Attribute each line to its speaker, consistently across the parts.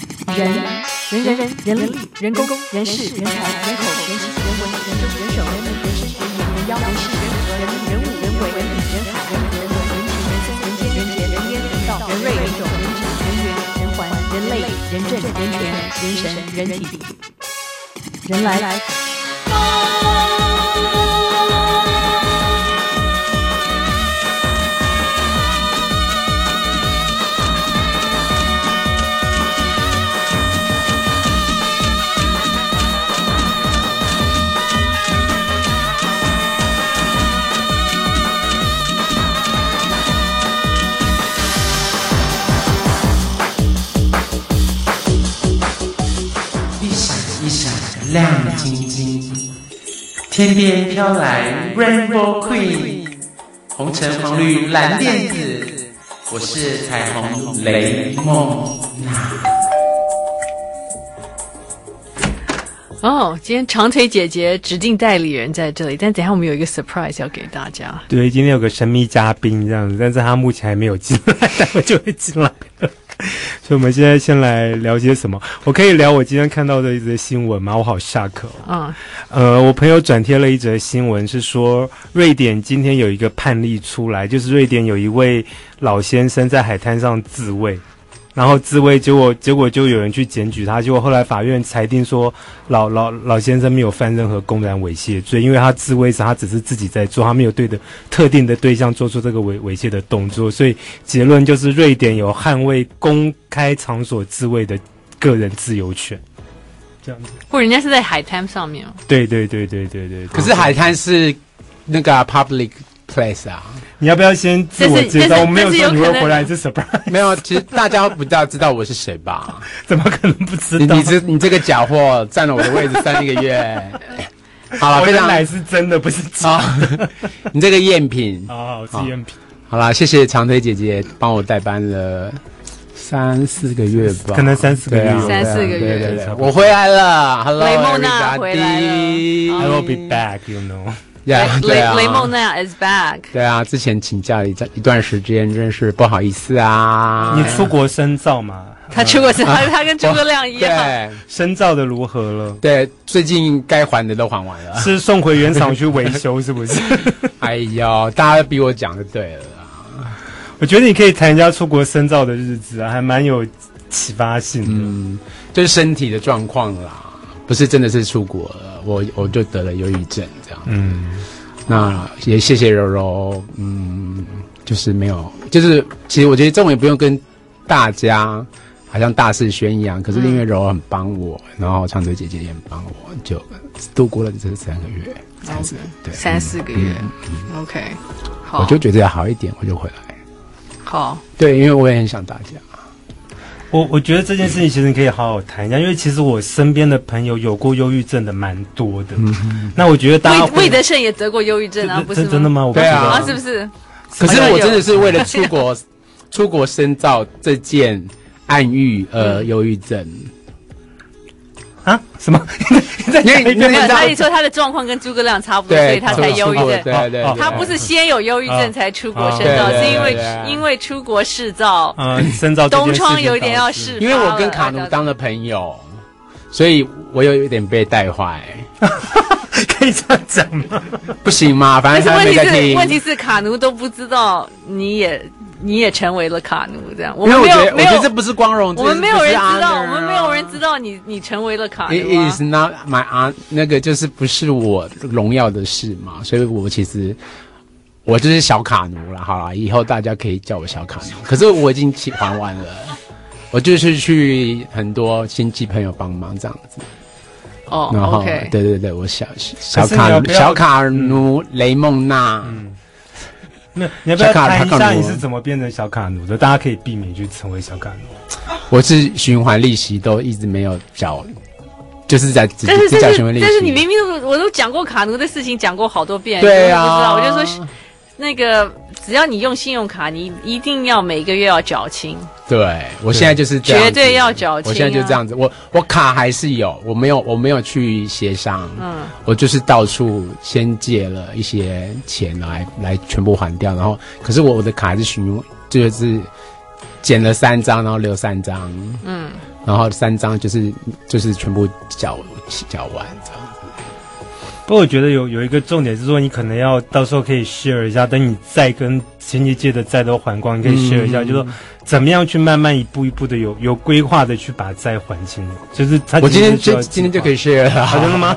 Speaker 1: 人人人人人力人工人事人才人口人情人文人政人手人民人事人民人妖人事人人人物人为人理人海人人文人情人生人间人杰人烟人道人瑞人种人质人缘人环人类人政人权人神人体人来。
Speaker 2: 一闪一闪亮晶晶，天边飘来 Rainbow Queen，红橙黄绿蓝靛紫，我是彩虹雷梦娜。
Speaker 1: 哦，今天长腿姐姐指定代理人在这里，但等一下我们有一个 surprise 要给大家。
Speaker 3: 哎
Speaker 4: 对，今天有个神秘嘉宾这样子，但是他目前还没有进来， 待会就会进来了。 所以我们现在先来聊些什么？我可以聊我今天看到的一则新闻吗？我好 shock 哦。
Speaker 1: 嗯，
Speaker 4: 呃，我朋友转贴了一则新闻，是说瑞典今天有一个判例出来，就是瑞典有一位老先生在海滩上自慰，然后自慰，结果结果就有人去检举他，结果后来法院裁定说老老老先生没有犯任何公然猥亵罪，因为他自慰时他只是自己在做，他没有对的特定的对象做出这个猥猥亵的动作，所以结论就是瑞典有捍卫公开场所自慰的个人自由权。这样子，
Speaker 1: 或者人家是在海滩上面哦。
Speaker 4: 对对对对对对。对
Speaker 3: 可是海滩是那个啊、public place 啊，
Speaker 4: 你要不要先自我介
Speaker 1: 但
Speaker 4: 绍？
Speaker 1: 是
Speaker 4: 我没有
Speaker 1: 但
Speaker 4: 说你
Speaker 1: 是有可
Speaker 4: 会
Speaker 1: 能
Speaker 4: 回来，这 surprise，
Speaker 3: 没有，其实大家不知道知道我是谁吧？
Speaker 4: 怎么可能不知
Speaker 3: 你
Speaker 4: 道？
Speaker 3: 你这你这个假货占了我的位置三个月， 好了，
Speaker 4: 我
Speaker 3: 啊非
Speaker 4: 的
Speaker 3: 常啊
Speaker 4: 奶是真的，不是假
Speaker 3: 好， 你这个赝品
Speaker 4: 的。，啊，我是赝品，
Speaker 3: 好啦，谢谢长腿姐姐帮我代班了三四个月吧，
Speaker 4: 可能三四个月
Speaker 3: 对啊
Speaker 4: 有
Speaker 1: 三四个月
Speaker 3: 对对
Speaker 4: 对
Speaker 3: 对
Speaker 4: 差
Speaker 3: 对，
Speaker 4: 不多
Speaker 3: 我回来了，Hello，
Speaker 1: 雷梦娜回来了嗯
Speaker 3: everybody
Speaker 4: I will be back，you know。
Speaker 3: Yeah，
Speaker 1: 雷
Speaker 3: 对啊
Speaker 1: 雷雷梦娜 is back。
Speaker 3: 对啊，之前请假了一段一段时间，真是不好意思啊。
Speaker 4: 你出国深造嘛？嗯
Speaker 1: 他出过是他他跟诸葛亮一样，
Speaker 3: 对
Speaker 4: 深造的如何了？
Speaker 3: 对，最近该还的都还 完了。
Speaker 4: 是送回原厂去维修，是不是？
Speaker 3: 哎呦，大家比我讲就对了啦。
Speaker 4: 我觉得你可以谈人家出国深造的日子啊，还蛮有启发性的。
Speaker 3: 嗯，就是身体的状况啦，不是真的是出国了，我我就得了忧郁症这样。
Speaker 4: 嗯，
Speaker 3: 那也谢谢柔柔，嗯，就是没有，就是其实我觉得这种也不用跟大家好像大肆宣扬，可是因为柔柔很帮我，然后长腿姐姐也很帮我，就度过了这三个月，三四对
Speaker 1: 三四个月
Speaker 3: 嗯。
Speaker 1: OK，好，
Speaker 3: 我就觉得要好一点，我就回来。
Speaker 1: 好，
Speaker 3: 对，因为我也很想大家。
Speaker 4: 我我觉得这件事情其实可以好好谈一下，因为其实我身边的朋友有过忧郁症的蛮多的。
Speaker 3: 嗯
Speaker 4: 那我觉得大家
Speaker 1: 魏
Speaker 4: 会
Speaker 1: 魏德胜也得过忧郁症啊，
Speaker 4: 真
Speaker 1: 不是
Speaker 4: 真的？吗？我不知
Speaker 3: 对
Speaker 4: 道
Speaker 3: 啊
Speaker 1: 啊，是不是？
Speaker 3: 可是我真的是为了出 国出国深造这件暗喻呃
Speaker 1: 嗯
Speaker 3: 忧郁症，
Speaker 4: 啊？什么？ 你在
Speaker 3: 因为
Speaker 4: 你
Speaker 3: 因为
Speaker 4: 在
Speaker 1: 没
Speaker 3: 你
Speaker 1: 有，
Speaker 3: 知道
Speaker 1: 他，一说他的状况跟诸葛亮差不多，所以
Speaker 3: 对，
Speaker 1: 他才忧郁
Speaker 3: 出国
Speaker 1: 症
Speaker 3: 对。对
Speaker 4: 哦
Speaker 3: 对，
Speaker 1: 他不是先有忧郁症才出国深
Speaker 3: 哦
Speaker 1: 造，
Speaker 3: 哦对
Speaker 1: 是因为
Speaker 3: 对对对啊
Speaker 1: 因为出国试造，
Speaker 4: 呃，深造这件
Speaker 1: 东
Speaker 4: 事情
Speaker 1: 窗有一点
Speaker 4: 导
Speaker 1: 要
Speaker 4: 致
Speaker 1: 试，啊
Speaker 3: 因为我跟卡奴当了朋友，所以我有一点被带坏，
Speaker 4: 可以这样讲吗？
Speaker 3: 不行吗？反
Speaker 1: 但
Speaker 3: 正
Speaker 1: 是
Speaker 3: 他
Speaker 1: 问
Speaker 3: 没
Speaker 1: 题
Speaker 3: 在
Speaker 1: 是，问题
Speaker 3: 听。
Speaker 1: 是卡奴都不知道，你也你也成为了卡奴，这样我
Speaker 3: 因为
Speaker 1: 们
Speaker 3: 我
Speaker 1: 没
Speaker 3: 觉得，
Speaker 1: 有
Speaker 3: 我
Speaker 1: 没
Speaker 3: 觉得
Speaker 1: 有
Speaker 3: 这不是啊光荣，
Speaker 1: 我们没有人知道，我们没有人知
Speaker 3: 道。
Speaker 1: 道你你成为了卡
Speaker 3: It
Speaker 1: 奴啊
Speaker 3: is。not my hon- 哎那个就是不是我荣耀的事嘛，所以我其实我就是小卡奴了，好了，以后大家可以叫我小卡奴。可是我已经起还完了， 我就是去很多亲戚朋友帮忙这样子，
Speaker 1: 哦
Speaker 3: 然后、
Speaker 1: ，OK，
Speaker 3: 对对对，我小小
Speaker 4: 可是你
Speaker 3: 卡
Speaker 4: 要不要
Speaker 3: 小卡奴、雷梦娜，
Speaker 1: 嗯
Speaker 4: 没有，你要不要
Speaker 3: 小卡
Speaker 4: 谈一
Speaker 3: 小卡
Speaker 4: 下
Speaker 3: 奴
Speaker 4: 你是怎么变成小卡奴的？大家可以避免去成为小卡奴。
Speaker 3: 我是循环利息都一直没有缴，就是在只
Speaker 1: 但是
Speaker 3: 只
Speaker 1: 这
Speaker 3: 缴
Speaker 1: 是
Speaker 3: 循环利息。
Speaker 1: 但是你明明都我都讲过卡奴的事情，讲过好多遍，
Speaker 3: 对
Speaker 1: 你
Speaker 3: 啊，
Speaker 1: 都不知道，我就说那个只要你用信用卡，你一定要每个月要缴清，
Speaker 3: 对，我现在就是这样子
Speaker 1: 绝对要缴清啊
Speaker 3: 我现在就这样子，我我卡还是有，我没有我没有去协商，
Speaker 1: 嗯，
Speaker 3: 我就是到处先借了一些钱来来全部还掉，然后可是我我的卡还是循就是减了三张，然后留三张，嗯，然后三张就是就是全部缴缴完这样子。
Speaker 4: 不过我觉得有有一个重点是说，你可能要到时候可以 share 一下，等你债跟前几届的债都还光，你
Speaker 3: 嗯
Speaker 4: 可以 share 一下，就说怎么样去慢慢一步一步的有有规划的去把债还清。就是他
Speaker 3: 我今天
Speaker 4: 就
Speaker 3: 就今天就可以 share 了啊，
Speaker 4: 好真的 吗？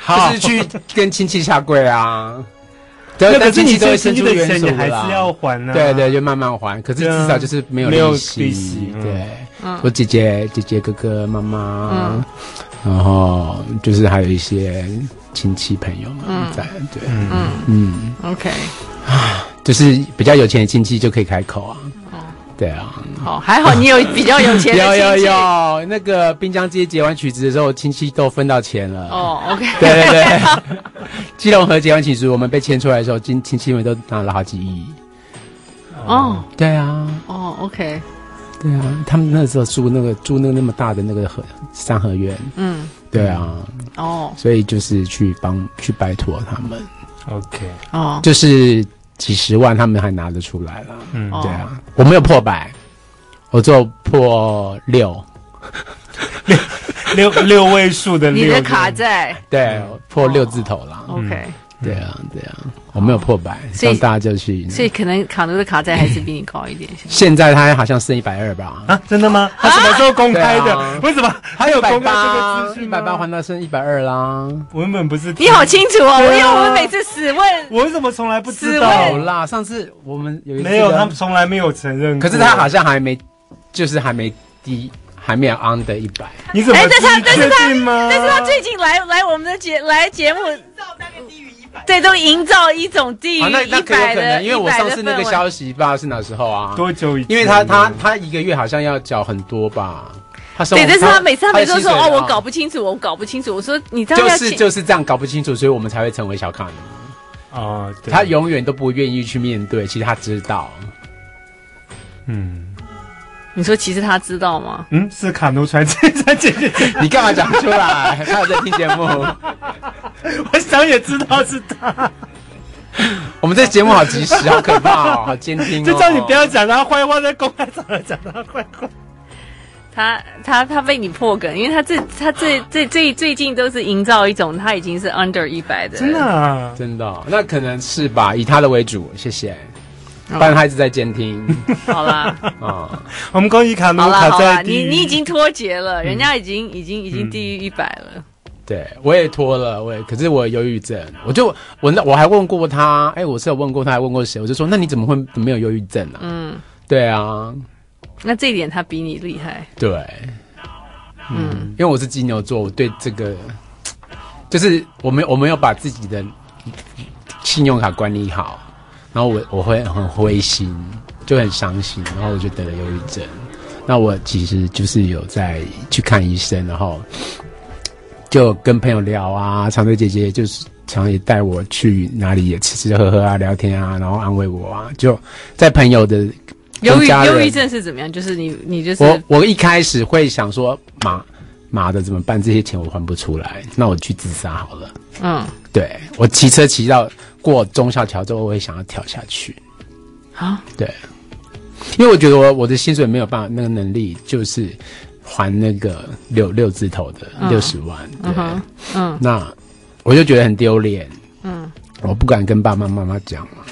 Speaker 4: 好
Speaker 3: 就是去跟亲戚下跪啊。对
Speaker 4: 那
Speaker 3: 但
Speaker 4: 可是
Speaker 3: 亲
Speaker 4: 你
Speaker 3: 戚都会
Speaker 4: 这亲
Speaker 3: 伸
Speaker 4: 戚
Speaker 3: 出
Speaker 4: 的
Speaker 3: 援
Speaker 4: 钱
Speaker 3: 手
Speaker 4: 你还是
Speaker 3: 啦
Speaker 4: 要还呢、
Speaker 3: 对对，就慢慢还。可是
Speaker 4: 对啊
Speaker 3: 至少就是没有
Speaker 4: 啊没有
Speaker 3: 息。
Speaker 4: 利息嗯
Speaker 3: 对，
Speaker 5: 嗯
Speaker 3: 我姐姐、姐姐、哥哥、妈妈，然后就是还有一些亲戚朋友们在。对，
Speaker 4: 嗯，
Speaker 3: 嗯，
Speaker 5: ，OK，
Speaker 3: 就是比较有钱的亲戚就可以开口啊。对啊，
Speaker 5: 好，还 好你有比较有钱
Speaker 3: 有
Speaker 5: 哦的
Speaker 3: 有
Speaker 5: 亲戚。
Speaker 3: 有，那个滨江街结完曲子的时候，亲戚都分到钱了。
Speaker 5: 哦，OK，
Speaker 3: 对对对， 基隆河结完曲子，我们被牵出来的时候，亲亲戚们都拿了好几亿。
Speaker 5: 哦
Speaker 3: 对啊，
Speaker 5: 哦，OK，
Speaker 3: 对啊，他们那时候住那个住那个那么大的那个河三合院，
Speaker 5: 嗯，
Speaker 3: 对啊，
Speaker 5: 哦
Speaker 3: 所以就是去帮去拜托他们，
Speaker 4: ，OK，
Speaker 5: 哦，
Speaker 3: 就是几十万他们还拿得出来了。
Speaker 4: 嗯，
Speaker 5: 哦
Speaker 3: 对啊，我没有破百，我只有破六，
Speaker 4: 六六位数
Speaker 1: 哦
Speaker 4: 的
Speaker 5: 你
Speaker 4: 六，
Speaker 5: 的卡在
Speaker 3: 对，破六字头啦。
Speaker 4: 哦
Speaker 5: OK，
Speaker 3: 对啊，对啊，我没有破百，
Speaker 5: 所以
Speaker 3: 让大家就去。
Speaker 5: 所以可能卡奴的卡在还是比你高一 点。
Speaker 3: 现在他好像剩一百二吧，
Speaker 4: 啊，真的吗？他什么时候公开
Speaker 3: 对
Speaker 4: 的？
Speaker 3: 啊
Speaker 4: 为什么还有公开这个资
Speaker 3: 一
Speaker 4: 讯
Speaker 3: 百
Speaker 4: 吗？
Speaker 3: 八还到剩一百二啦。
Speaker 4: 我原本不是，
Speaker 5: 你好清楚哦，因
Speaker 4: 对啊
Speaker 5: 为我们每次死问，
Speaker 4: 我为什么从来不知
Speaker 5: 死
Speaker 4: 道
Speaker 3: 有？啦，上次我们有一次
Speaker 4: 没有，
Speaker 3: 的
Speaker 4: 他们，从来没有承认过。
Speaker 3: 可是他好像还没，就是还没低，还没有 under 一百。
Speaker 4: 你怎么
Speaker 5: 哎但是他
Speaker 4: 你确定吗？
Speaker 5: 但是他最近来来我们的节来节目，对，都营造一种低于
Speaker 3: 啊，那那
Speaker 5: 一
Speaker 3: 可有
Speaker 5: 百
Speaker 3: 可
Speaker 5: 的，
Speaker 3: 能，因为我上次那个
Speaker 5: 小，
Speaker 3: 消息不知道是哪时候啊，
Speaker 4: 多久以前？
Speaker 3: 因为他他他一个月好像要缴很多吧，他生活
Speaker 5: 对，但是他每次他每次都说
Speaker 3: 的薪
Speaker 5: 哦
Speaker 3: 水，啊
Speaker 5: 我搞不清楚，我搞不清楚。我说你知道
Speaker 3: 就
Speaker 5: 要
Speaker 3: 是
Speaker 5: 请
Speaker 3: 就是这样搞不清楚，所以我们才会成为小康。
Speaker 4: 啊，对
Speaker 3: 他永远都不愿意去面对，其实他知 道，
Speaker 4: 嗯
Speaker 5: 你说其实他知道吗？
Speaker 4: 嗯，是卡奴传奇传奇，
Speaker 3: 你干嘛讲出来？他有在听节目，
Speaker 4: 我想也知道是他，
Speaker 3: 我们这节目好及时，好可怕哦，好监听哦。
Speaker 4: 就叫你不要讲他坏话，在公开场合讲他坏话。
Speaker 5: 他他他被你破梗，因为他这他这
Speaker 3: 啊
Speaker 5: 这最最近都是营造一种他已经是 under 一百的，
Speaker 4: 真的啊，
Speaker 3: 真的哦、那可能是吧，以他的为主，谢谢。
Speaker 5: 哦
Speaker 3: 不然他一直在监听
Speaker 5: 好 啦
Speaker 3: 啊、
Speaker 4: 我们恭喜卡奴
Speaker 5: 好啦
Speaker 4: 卡
Speaker 5: 好啦，
Speaker 4: 在第
Speaker 5: 你
Speaker 4: 一
Speaker 5: 你已经脱节了，人家已经
Speaker 3: 嗯
Speaker 5: 已经已经低于一百了。
Speaker 3: 对，我也拖了，我也，可是我有忧郁症，我就我那我还问过他，哎、我是有问过他，还问过谁，我就说，那你怎么会怎么没有忧郁症啊？
Speaker 5: 嗯，
Speaker 3: 对啊，
Speaker 5: 那这一点他比你厉害。
Speaker 3: 对，
Speaker 5: 嗯，
Speaker 3: 因为我是金牛座，我对这个就是我没有我没有把自己的信用卡管理好，然后我我会很灰心，就很伤心，然后我就得了忧郁症。那我其实就是有在去看医生，然后就跟朋友聊啊，长腿姐姐就是常也带我去哪里也吃吃喝喝啊，聊天啊，然后安慰我啊，就在朋友的
Speaker 5: 忧郁
Speaker 3: 家人
Speaker 5: 忧郁症是怎么样？就是你你就是
Speaker 3: 我我一开始会想说，妈妈的怎么办？这些钱我还不出来，那我去自杀好了。
Speaker 5: 嗯
Speaker 3: 对我骑车骑到过忠孝桥之后，我会想要跳下去。
Speaker 5: 啊
Speaker 3: 对，因为我觉得我我的薪水没有办法，那个能力就是还那个六六字头的六十万。对，
Speaker 5: 嗯哼嗯
Speaker 3: 那我就觉得很丢脸，
Speaker 5: 嗯
Speaker 3: 我不敢跟爸爸妈妈讲嘛。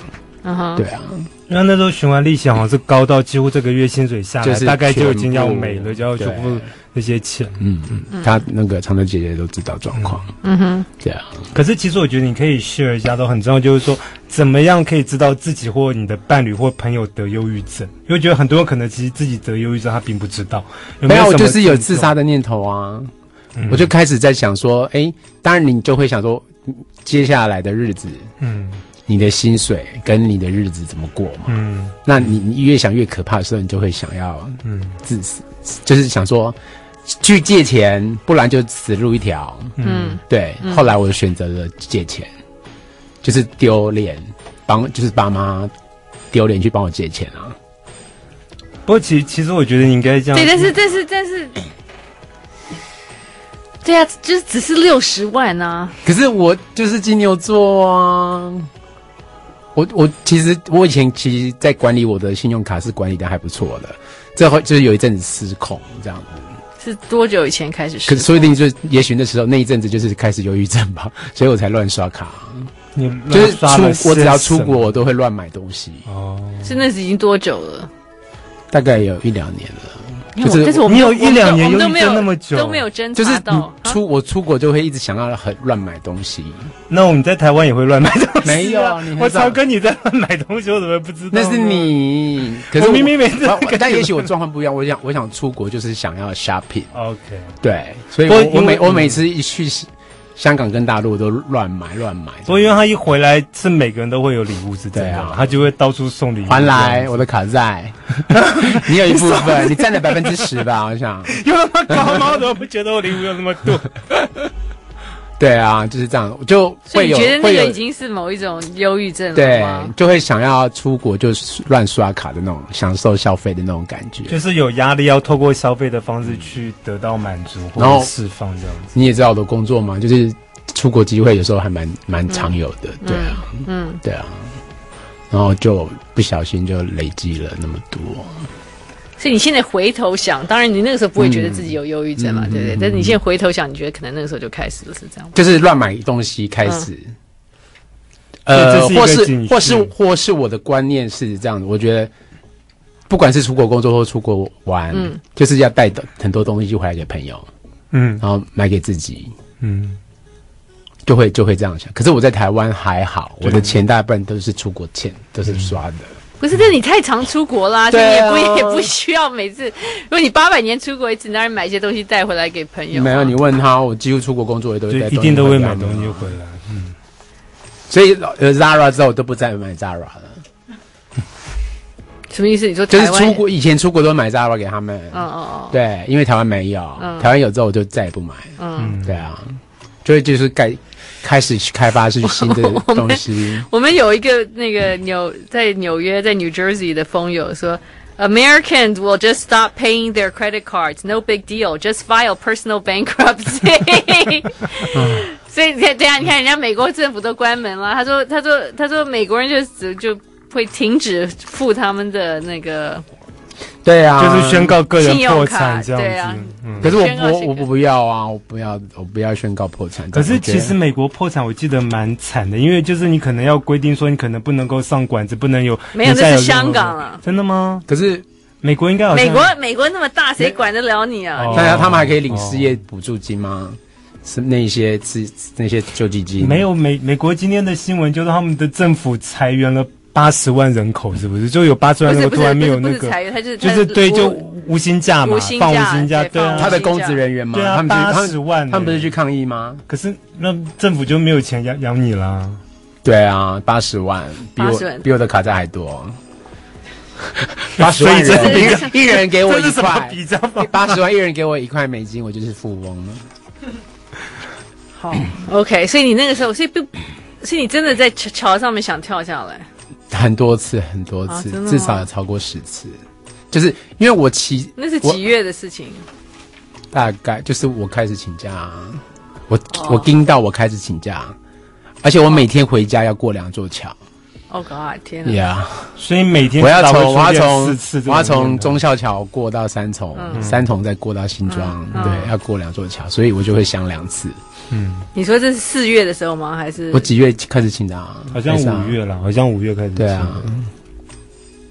Speaker 5: 嗯哼
Speaker 3: 对啊，
Speaker 4: 然后那时候循环利息好像是高到几乎这个月薪水下来，
Speaker 3: 就是
Speaker 4: 大概就已
Speaker 3: 全
Speaker 4: 经要
Speaker 3: 部
Speaker 4: 没了，就要全部
Speaker 3: 对
Speaker 4: 那些钱。
Speaker 3: 嗯，嗯他那个长头姐姐都知道状况。
Speaker 5: 嗯哼
Speaker 3: 对啊，
Speaker 4: 可是其实我觉得你可以 share 一下都很重要，就是说怎么样可以知道自己或你的伴侣或朋友得忧郁症，因为我觉得很多人可能其实自己得忧郁症他并不知道。有
Speaker 3: 没
Speaker 4: 有什
Speaker 3: 有，我
Speaker 4: 么
Speaker 3: 就是有
Speaker 4: 症
Speaker 3: 自
Speaker 4: 状
Speaker 3: 杀的念头啊。
Speaker 4: 嗯
Speaker 3: 我就开始在想说，哎、当然你就会想说，嗯接下来的日子，
Speaker 4: 嗯
Speaker 3: 你的薪水跟你的日子怎么过嘛？
Speaker 4: 嗯
Speaker 3: 那你你越想越可怕的时候，你就会想要
Speaker 4: 嗯
Speaker 3: 自死，就是想说去借钱，不然就死路一条。
Speaker 5: 嗯
Speaker 3: 对，后来我选择了借钱，就是丢脸，帮就是爸妈丢脸去帮我借钱啊。
Speaker 4: 不过其其实我觉得你应该这样，
Speaker 5: 对，但是但是但是，对啊，就是只是六十万啊，
Speaker 3: 可是我就是金牛座啊。我我其实我以前其实，在管理我的信用卡是管理的还不错的，最后就是有一阵子失控这样子。
Speaker 1: 是多久以前开始
Speaker 3: 可
Speaker 1: 试
Speaker 3: 是？说不定就也许那时候那一阵子就是开始忧郁症 吧，所以我才乱刷卡。
Speaker 4: 你
Speaker 3: 就是
Speaker 4: 乱刷了
Speaker 3: 出我只要
Speaker 4: 些什
Speaker 3: 出
Speaker 4: 么
Speaker 3: 国，我都会乱买东西，
Speaker 4: 哦，
Speaker 1: 是那是已经多久了？
Speaker 3: 大概有一两年了。
Speaker 1: 因为
Speaker 3: 就是
Speaker 1: 我但是我们
Speaker 4: 你有
Speaker 1: 我们
Speaker 4: 一两
Speaker 1: 都
Speaker 4: 年
Speaker 1: 我们都
Speaker 4: 忧郁
Speaker 1: 没
Speaker 4: 症
Speaker 1: 有
Speaker 4: 那么久
Speaker 1: 都没有侦
Speaker 3: 就是
Speaker 1: 查
Speaker 3: 你
Speaker 1: 到。啊嗯
Speaker 3: 出我出国就会一直想要很乱买东西，
Speaker 4: 那我们在台湾也会乱买东西、啊，
Speaker 3: 没有你很
Speaker 4: 我
Speaker 3: 少
Speaker 4: 常跟你在乱买东西，我怎么不知道？
Speaker 3: 那是，你。可是
Speaker 4: 我明明 每次
Speaker 3: 我
Speaker 4: 都跟
Speaker 3: 但
Speaker 4: 你
Speaker 3: 也许我状况不一样，我想我想出国就是想要 shopping，
Speaker 4: OK，
Speaker 3: 对，所以
Speaker 4: 不
Speaker 3: 我
Speaker 4: 过
Speaker 3: 我
Speaker 4: 因为
Speaker 3: 每我
Speaker 4: 嗯
Speaker 3: 每次一去香港跟大陆我都乱买乱买，
Speaker 4: 所以因为他一回来是每个人都会有礼物，是这
Speaker 3: 对
Speaker 4: 样、
Speaker 3: 啊
Speaker 4: 他就会到处送礼物，
Speaker 3: 还来我的卡 债，你有一部分，你占了百分之十吧，我想。
Speaker 4: 这样，有那么高吗？我怎么不觉得我礼物有那么多？
Speaker 3: 对啊，就是这样，就
Speaker 1: 所
Speaker 3: 会
Speaker 1: 以你
Speaker 3: 有
Speaker 1: 觉得那
Speaker 3: 会
Speaker 1: 个
Speaker 3: 有
Speaker 1: 已经是某一种忧郁症了
Speaker 3: 对
Speaker 1: 吗？，
Speaker 3: 就会想要出国就是乱刷卡的那种享受消费的那种感 觉。
Speaker 4: 就是有压力，要透过消费的方式去得到满足或
Speaker 3: 然后
Speaker 4: 者释放这样子。
Speaker 3: 你也知道我的工作嘛，就是出国机会有时候还蛮
Speaker 4: 嗯
Speaker 3: 蛮常有的，对啊，
Speaker 1: 嗯，
Speaker 3: 对啊，然后就不小心就累积了那么多，
Speaker 1: 所以你现在回头想，当然你那个时候不会觉得自己有忧郁症
Speaker 3: 嗯
Speaker 1: 嘛，对不对？但是你现在回头想，你觉得可能那个时候就开始了，是这样吗？
Speaker 3: 就是乱买东西开始。
Speaker 1: 嗯
Speaker 4: 所
Speaker 3: 呃，
Speaker 4: 以这
Speaker 3: 或
Speaker 4: 是一个
Speaker 3: 是
Speaker 4: 警
Speaker 3: 或是
Speaker 4: 讯
Speaker 3: 或是我的观念是这样的，我觉得不管是出国工作或出国玩，
Speaker 1: 嗯
Speaker 3: 就是要带的很多东西回来给朋友，
Speaker 4: 嗯
Speaker 3: 然后买给自己，
Speaker 4: 嗯，
Speaker 3: 就会就会这样想。可是我在台湾还好，
Speaker 4: 对
Speaker 3: 我的钱大部分都是出国欠，都是刷的。
Speaker 1: 不是，但是你太常出国啦，所以你
Speaker 3: 对
Speaker 1: 也
Speaker 3: 啊
Speaker 1: 不、也不需要每次。如果你八百年出国一次，当然买一些东西带回来给朋友啊。
Speaker 3: 没有，你问他，我几乎出国工作也都
Speaker 4: 就
Speaker 3: 会带
Speaker 4: 一定都会
Speaker 3: 回来
Speaker 4: 买
Speaker 3: 的
Speaker 4: 东西回来。
Speaker 3: 所以呃，Zara 之后我都不再买 Zara 了，
Speaker 1: 什么意思？你说
Speaker 3: 就是
Speaker 1: 台湾？
Speaker 3: 出国以前出国都买 Zara 给他们。
Speaker 1: 嗯嗯嗯
Speaker 3: 对，因为台湾没有，
Speaker 1: 嗯
Speaker 3: 台湾有之后我就再也不买。
Speaker 1: 嗯。
Speaker 3: 对啊，就会就是开开始去开发是新的东西。
Speaker 1: 我们有一个那个纽在纽约在 New Jersey 的风友说。Americans will just stop paying their credit cards. No big deal. Just file personal bankruptcy. 所以你看，对啊，你看人家美国政府都关门了。他说，他说，他说美国人就只就会停止付他们的那个。
Speaker 3: 对啊，
Speaker 4: 嗯就是宣。告个人
Speaker 1: 信用
Speaker 4: 破
Speaker 1: 卡
Speaker 4: 产这样子。
Speaker 1: 对啊
Speaker 4: 嗯。
Speaker 3: 可是我
Speaker 1: 宣告
Speaker 3: 不
Speaker 1: 性
Speaker 3: 我不不要啊，我不要我不要宣告破产。啊
Speaker 4: 可是
Speaker 3: 我觉得
Speaker 4: 其实美国破产，我记得蛮惨的，因为就是你可能要规定说你可能不能够上馆子，不能有
Speaker 1: 没有
Speaker 4: 人家
Speaker 1: 这是
Speaker 4: 任何
Speaker 1: 香港啊
Speaker 4: 真的吗？
Speaker 3: 可是
Speaker 4: 美国应该好像
Speaker 1: 美国，美国那么大，谁管得了你啊？
Speaker 4: 哦
Speaker 3: 大家他们还可以领失业补助金吗？是那一些是那些救济金？
Speaker 4: 没有美美国今天的新闻就是他们的政府裁员了八十万人口，是不是？就有八十
Speaker 1: 不
Speaker 4: 万人
Speaker 1: 是
Speaker 4: 口
Speaker 1: 不
Speaker 4: 突
Speaker 1: 是
Speaker 4: 然没有
Speaker 1: 不
Speaker 4: 那
Speaker 1: 是不是
Speaker 4: 个，
Speaker 1: 裁员，他就是
Speaker 4: 就
Speaker 1: 他
Speaker 4: 是对，
Speaker 1: 无
Speaker 4: 就无薪假嘛
Speaker 1: 无，薪
Speaker 4: 放
Speaker 1: 假
Speaker 4: 无薪假，
Speaker 1: 对
Speaker 4: 对
Speaker 1: 放
Speaker 4: 啊
Speaker 1: 无薪
Speaker 3: 他的公职人员嘛，
Speaker 4: 对啊
Speaker 3: 他们不是他
Speaker 4: 80万欸
Speaker 3: 们他们不是去抗议吗？
Speaker 4: 可是那政府就没有钱养养你啦。
Speaker 3: 对啊，八十万比
Speaker 1: 80万
Speaker 3: 我比我的卡债 还多，八十万
Speaker 4: 所以
Speaker 3: 人一人一人给我
Speaker 4: 这是
Speaker 3: 一
Speaker 4: 什么
Speaker 3: 块，
Speaker 4: 比较方法？
Speaker 3: 八十万一人给我一块美金，我就是富翁了。
Speaker 1: OK，所以你那个时候，所以不，所以你真的在桥桥上面想跳下来，
Speaker 3: 很多次，很多
Speaker 1: 啊
Speaker 3: 次，
Speaker 1: 真的吗
Speaker 3: 至少有超过十次。就是因为我其
Speaker 1: 那是
Speaker 3: 我
Speaker 1: 几月的事情？
Speaker 3: 大概就是我开始请假啊，我、
Speaker 1: 哦
Speaker 3: 我盯到我开始请假，而且我每天回家要过两座桥。
Speaker 1: 哦、God，天哪
Speaker 3: Yeah，
Speaker 4: 所以每天
Speaker 3: 我要
Speaker 4: 至少会
Speaker 3: 从我要
Speaker 4: 出现
Speaker 3: 从
Speaker 4: 四 次这种
Speaker 3: 我要从
Speaker 4: 念头
Speaker 3: 中孝桥过到三重，三重再过到新庄，
Speaker 1: 嗯
Speaker 3: 对，要过两座桥，所以我就会想两次。
Speaker 1: 你说这是四月的时候吗？还是
Speaker 3: 我几月开始请假啊？
Speaker 4: 好像
Speaker 3: 还是啊
Speaker 4: 五。月了，好像五月开始。
Speaker 3: 对啊，